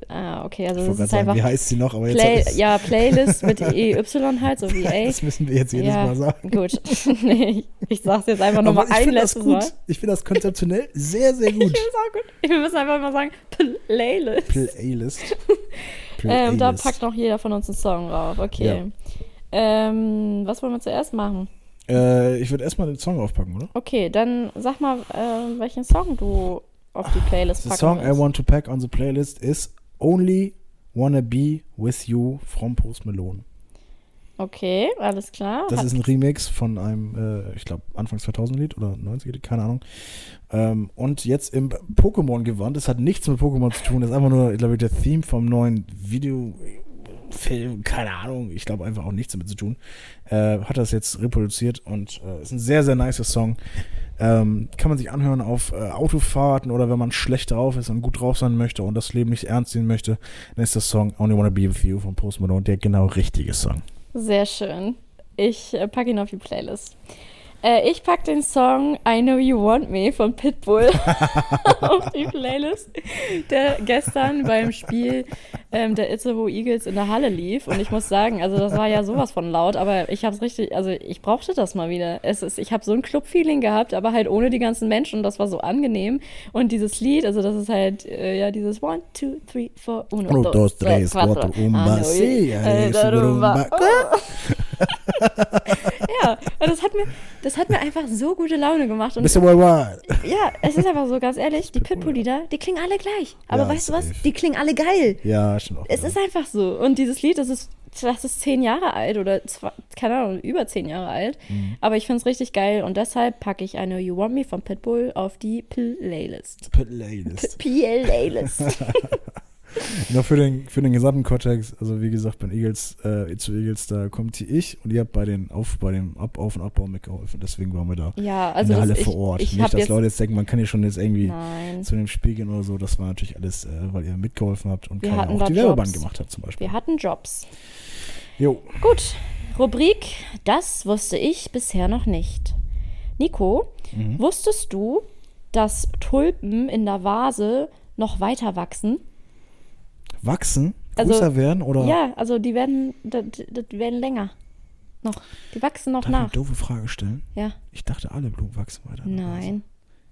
Speaker 3: Ah, okay, also
Speaker 2: Ich
Speaker 3: das
Speaker 2: wollte gerade
Speaker 3: ist
Speaker 2: sagen, wie
Speaker 3: einfach
Speaker 2: heißt sie noch, aber jetzt
Speaker 3: Play,
Speaker 2: hat *laughs* es-
Speaker 3: ja, Playlist mit EY halt, so
Speaker 2: *laughs*
Speaker 3: wie A.
Speaker 2: das müssen wir jetzt jedes Mal sagen.
Speaker 3: Gut. *laughs* nee, ich sag's jetzt einfach nochmal
Speaker 2: Aber ich
Speaker 3: ein
Speaker 2: finde das
Speaker 3: letztes *laughs*
Speaker 2: gut.
Speaker 3: Mal.
Speaker 2: Ich finde das konzeptionell sehr, sehr
Speaker 3: Ich *laughs*
Speaker 2: gut.
Speaker 3: finde es auch gut. Wir müssen einfach mal sagen, Playlist.
Speaker 2: Playlist.
Speaker 3: Ähm, da
Speaker 2: Playlist.
Speaker 3: packt noch jeder von uns einen Song drauf. Okay.
Speaker 2: Ja.
Speaker 3: Ähm, was wollen wir zuerst machen?
Speaker 2: Äh, ich würde erstmal den Song aufpacken, oder?
Speaker 3: Okay, dann sag mal, ähm, welchen Song du auf die Playlist
Speaker 2: The
Speaker 3: packen
Speaker 2: song I
Speaker 3: willst.
Speaker 2: want to pack on the playlist is Only Wanna Be With You from Post Malone.
Speaker 3: Okay, alles klar.
Speaker 2: Das
Speaker 3: Hat-
Speaker 2: ist ein Remix von einem, äh, ich glaube, Anfang 2000 Lied oder 90er, Lied, keine Ahnung. Ähm, und jetzt im Pokémon-Gewand. Das hat nichts mit Pokémon zu tun. Das ist einfach nur, ich glaube, der Theme vom neuen Videofilm, keine Ahnung. Ich glaube einfach auch nichts damit zu tun. Äh, hat das jetzt reproduziert und äh, ist ein sehr, sehr nicer Song. Ähm, kann man sich anhören auf äh, Autofahrten oder wenn man schlecht drauf ist und gut drauf sein möchte und das Leben nicht ernst nehmen möchte, dann ist der Song Only Wanna Be With You von Post Malone der genau richtige Song.
Speaker 3: Sehr schön. Ich äh, packe ihn auf die Playlist. Äh, ich packe den Song I Know You Want Me von *laughs* Pitbull auf die Playlist, der gestern beim Spiel ähm, der Itzehoe Eagles in der Halle lief. Und ich muss sagen, also das war ja sowas von laut, aber ich habe es richtig, also ich brauchte das mal wieder. Es ist, ich habe so ein Club-Feeling gehabt, aber halt ohne die ganzen Menschen und das war so angenehm. Und dieses Lied, also das ist halt, äh, ja, dieses One, Two, Three, Four, Uno, äh,
Speaker 2: Uno, dos, tres, cuatro, un
Speaker 3: Ah, no,
Speaker 2: vacío,
Speaker 3: eh,
Speaker 2: es
Speaker 3: da
Speaker 2: un ¡Oh!
Speaker 3: rumba.
Speaker 2: rumba.
Speaker 3: Ja, und das hat mir, das hat mir einfach so gute Laune gemacht. Und
Speaker 2: Mr. Worldwide.
Speaker 3: ja, es ist einfach so, ganz ehrlich, die Pitbull-Lieder, die klingen alle gleich. Aber
Speaker 2: Ja,
Speaker 3: weißt du was?
Speaker 2: safe.
Speaker 3: Die klingen alle geil.
Speaker 2: Ja, stimmt auch.
Speaker 3: Es
Speaker 2: ja.
Speaker 3: ist einfach so. Und dieses Lied, das ist, das ist zehn Jahre alt oder zwei, keine Ahnung, über zehn Jahre alt.
Speaker 2: Mhm.
Speaker 3: Aber ich finde es richtig geil und deshalb packe ich eine You Want Me von Pitbull auf die Playlist.
Speaker 2: Playlist.
Speaker 3: PL-Playlist.
Speaker 2: *laughs* Nur für den, für den gesamten Kontext, also wie gesagt, bei den Eagles, äh, zu Eagles, da kommt hier ich und ihr habt bei den auf, bei dem Ab, Auf- und Abbau mitgeholfen, deswegen waren wir da.
Speaker 3: ja,
Speaker 2: in
Speaker 3: also
Speaker 2: der
Speaker 3: das,
Speaker 2: Halle
Speaker 3: ich,
Speaker 2: vor Ort.
Speaker 3: ich
Speaker 2: Nicht,
Speaker 3: habe
Speaker 2: dass
Speaker 3: jetzt
Speaker 2: Leute jetzt denken, man kann hier schon jetzt irgendwie
Speaker 3: Nein.
Speaker 2: zu dem Spiel gehen oder so. Das war natürlich alles, äh, weil ihr mitgeholfen habt und
Speaker 3: Wir
Speaker 2: keiner
Speaker 3: hatten
Speaker 2: auch
Speaker 3: da
Speaker 2: die Werbeband
Speaker 3: Jobs.
Speaker 2: gemacht hat zum Beispiel.
Speaker 3: wir hatten Jobs.
Speaker 2: Jo,
Speaker 3: Gut, Rubrik, das wusste ich bisher noch nicht. Nico,
Speaker 2: Mhm.
Speaker 3: wusstest du, dass Tulpen in der Vase noch weiter wachsen?
Speaker 2: wachsen,
Speaker 3: Also,
Speaker 2: größer werden oder?
Speaker 3: Ja, also die werden, das, das werden länger. Noch. Die wachsen noch
Speaker 2: Darf ich eine
Speaker 3: nach.
Speaker 2: doofe Frage stellen?
Speaker 3: Ja.
Speaker 2: Ich dachte, alle Blumen wachsen weiter.
Speaker 3: Nein.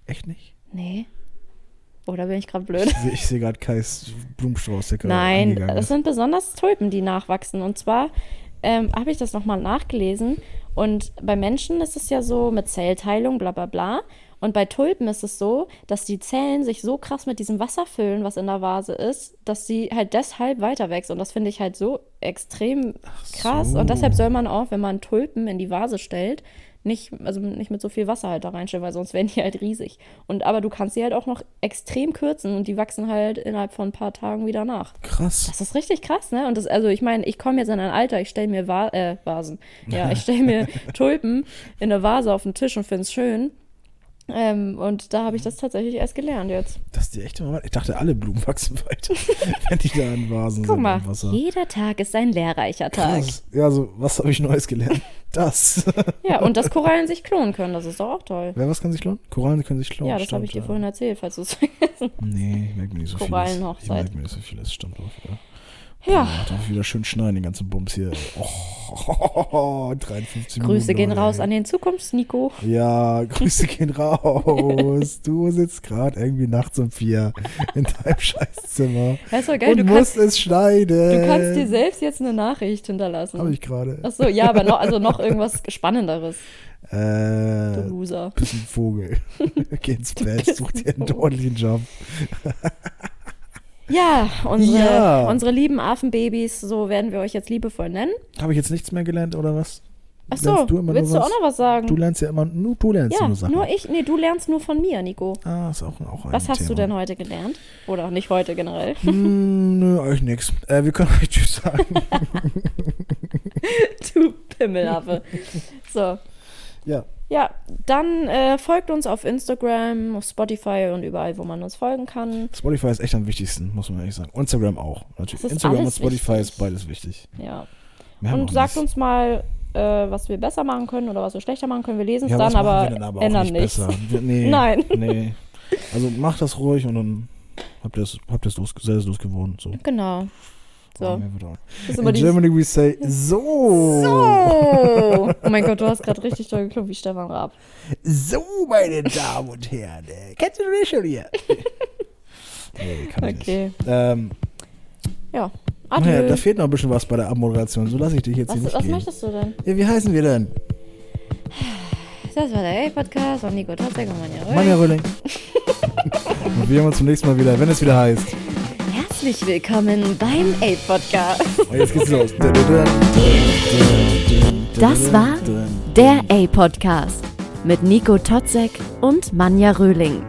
Speaker 2: Echt nicht?
Speaker 3: Nee. Oder bin ich gerade blöd? *laughs*
Speaker 2: Ich sehe seh gerade Kais Blumenstrauß, der gerade
Speaker 3: Nein,
Speaker 2: angegangen
Speaker 3: das
Speaker 2: ist.
Speaker 3: sind besonders Tulpen, die nachwachsen. Und zwar ähm, habe ich das nochmal nachgelesen. Und bei Menschen ist es ja so mit Zellteilung, bla bla bla. Und bei Tulpen ist es so, dass die Zellen sich so krass mit diesem Wasser füllen, was in der Vase ist, dass sie halt deshalb weiter wächst. Und das finde ich halt so extrem krass.
Speaker 2: so.
Speaker 3: Und deshalb soll man auch, wenn man Tulpen in die Vase stellt, nicht, also nicht mit so viel Wasser halt da reinstellen, weil sonst *laughs* werden die halt riesig. Und aber du kannst sie halt auch noch extrem kürzen und die wachsen halt innerhalb von ein paar Tagen wieder nach.
Speaker 2: Krass.
Speaker 3: Das ist richtig krass, ne? Und das, also ich meine, ich komme jetzt in ein Alter, ich stelle mir Va äh, Vasen. Ja, ich stelle
Speaker 2: *laughs*
Speaker 3: mir Tulpen in eine Vase auf den Tisch und finde es schön. Ähm, und da habe ich das tatsächlich erst gelernt jetzt.
Speaker 2: Das ist die echte Wahrheit. Ich dachte, alle Blumen wachsen
Speaker 3: *laughs*
Speaker 2: weiter, wenn die da in Vasen
Speaker 3: Guck
Speaker 2: sind
Speaker 3: mal,
Speaker 2: im Wasser.
Speaker 3: jeder Tag ist ein lehrreicher Tag.
Speaker 2: Krass. Ja, so, was habe ich
Speaker 3: *laughs*
Speaker 2: Neues gelernt? Das. *laughs*
Speaker 3: Ja, und dass Korallen sich klonen können, das ist doch auch toll.
Speaker 2: Wer was kann sich klonen? Korallen können sich klonen.
Speaker 3: Ja, das habe
Speaker 2: stimmt,
Speaker 3: ich dir
Speaker 2: ja.
Speaker 3: vorhin erzählt, falls du es *laughs* vergessen
Speaker 2: Nee, ich merke mir nicht so viel. Ich
Speaker 3: Korallenhochzeit.
Speaker 2: merke mir nicht so viel, das stimmt auch wieder.
Speaker 3: hast. Ja.
Speaker 2: Ja, darf ich wieder schön schneiden, den ganzen Bums hier. Oh, *laughs* 53
Speaker 3: Grüße
Speaker 2: Minuten,
Speaker 3: gehen
Speaker 2: Leute,
Speaker 3: raus
Speaker 2: ey.
Speaker 3: an den Zukunfts-Nico.
Speaker 2: Ja, Grüße gehen raus. Du sitzt gerade irgendwie nachts um vier in deinem Scheißzimmer.
Speaker 3: Das ist doch geil,
Speaker 2: und
Speaker 3: du
Speaker 2: musst
Speaker 3: kannst,
Speaker 2: es schneiden.
Speaker 3: du kannst dir selbst jetzt eine Nachricht
Speaker 2: Habe
Speaker 3: hinterlassen.
Speaker 2: ich gerade.
Speaker 3: Achso, ja, aber noch, also noch irgendwas Spannenderes, du
Speaker 2: Äh,
Speaker 3: Loser.
Speaker 2: bist ein
Speaker 3: *laughs*
Speaker 2: Vogel. Geh ins Bett, such dir einen ordentlichen Job.
Speaker 3: Ja, unsere,
Speaker 2: Ja.
Speaker 3: unsere lieben Affenbabys, so werden wir euch jetzt liebevoll nennen.
Speaker 2: Habe ich jetzt nichts mehr gelernt oder was?
Speaker 3: Achso,
Speaker 2: Lernst du immer
Speaker 3: willst
Speaker 2: nur
Speaker 3: du auch
Speaker 2: was?
Speaker 3: noch was sagen?
Speaker 2: Du lernst ja immer, nur du lernst
Speaker 3: ja,
Speaker 2: nur Sachen.
Speaker 3: nur ich, nee, du lernst nur von mir, Nico.
Speaker 2: ah, ist auch, auch ein
Speaker 3: Was hast
Speaker 2: Thema.
Speaker 3: du denn heute gelernt? Oder auch nicht heute generell. *laughs*
Speaker 2: Hm, nö, euch nix. Äh, wir können euch Tschüss sagen.
Speaker 3: du
Speaker 2: *laughs*
Speaker 3: Pimmelaffe. So,
Speaker 2: *laughs* ja.
Speaker 3: ja, dann äh, folgt uns auf Instagram, auf Spotify und überall, wo man uns folgen kann.
Speaker 2: Spotify ist echt am wichtigsten, muss man ehrlich sagen. Instagram auch. Natürlich.
Speaker 3: Das ist
Speaker 2: Instagram und
Speaker 3: alles
Speaker 2: Spotify
Speaker 3: wichtig.
Speaker 2: ist beides wichtig.
Speaker 3: Ja.
Speaker 2: Wir haben
Speaker 3: Und
Speaker 2: auch
Speaker 3: sagt
Speaker 2: nichts.
Speaker 3: uns mal, äh, was wir besser machen können oder was wir schlechter machen können. Wir lesen es
Speaker 2: ja,
Speaker 3: dann,
Speaker 2: was machen wir
Speaker 3: aber,
Speaker 2: denn aber auch
Speaker 3: ändern
Speaker 2: nicht
Speaker 3: nichts.
Speaker 2: Besser. Wir- Nee,
Speaker 3: Nein.
Speaker 2: *laughs* Nee. Also macht das ruhig und dann habt ihr es habt ihr's los, seid ihr es losgeworden. So.
Speaker 3: Genau. So.
Speaker 2: Mehr wird auch nicht.
Speaker 3: Das ist
Speaker 2: In
Speaker 3: immer dieses-
Speaker 2: Germany we say so.
Speaker 3: So! Oh mein Gott, du hast gerade richtig toll geklungen wie Stefan Raab.
Speaker 2: So, meine Damen und Herren. äh, Kennst du das
Speaker 3: *laughs*
Speaker 2: schon hier? nee, kann ich
Speaker 3: Okay.
Speaker 2: nicht. Ähm,
Speaker 3: Ja.
Speaker 2: naja, da
Speaker 3: Adieu.
Speaker 2: fehlt noch ein bisschen was bei der Abmoderation. So lasse ich dich jetzt hier
Speaker 3: Was,
Speaker 2: nicht
Speaker 3: was
Speaker 2: gehen.
Speaker 3: möchtest du denn?
Speaker 2: Ja, wie heißen wir denn?
Speaker 3: Das war der A-Podcast von Nico Totzek und Manja Röhl.
Speaker 2: Manja Röhling. *laughs* und wir hören uns zum nächsten Mal wieder, wenn es wieder heißt.
Speaker 3: Herzlich willkommen beim A-Podcast.
Speaker 2: Und Oh, jetzt geht's *laughs* los.
Speaker 1: Das war Der A-Podcast mit Nico Totzek und Manja Röhling.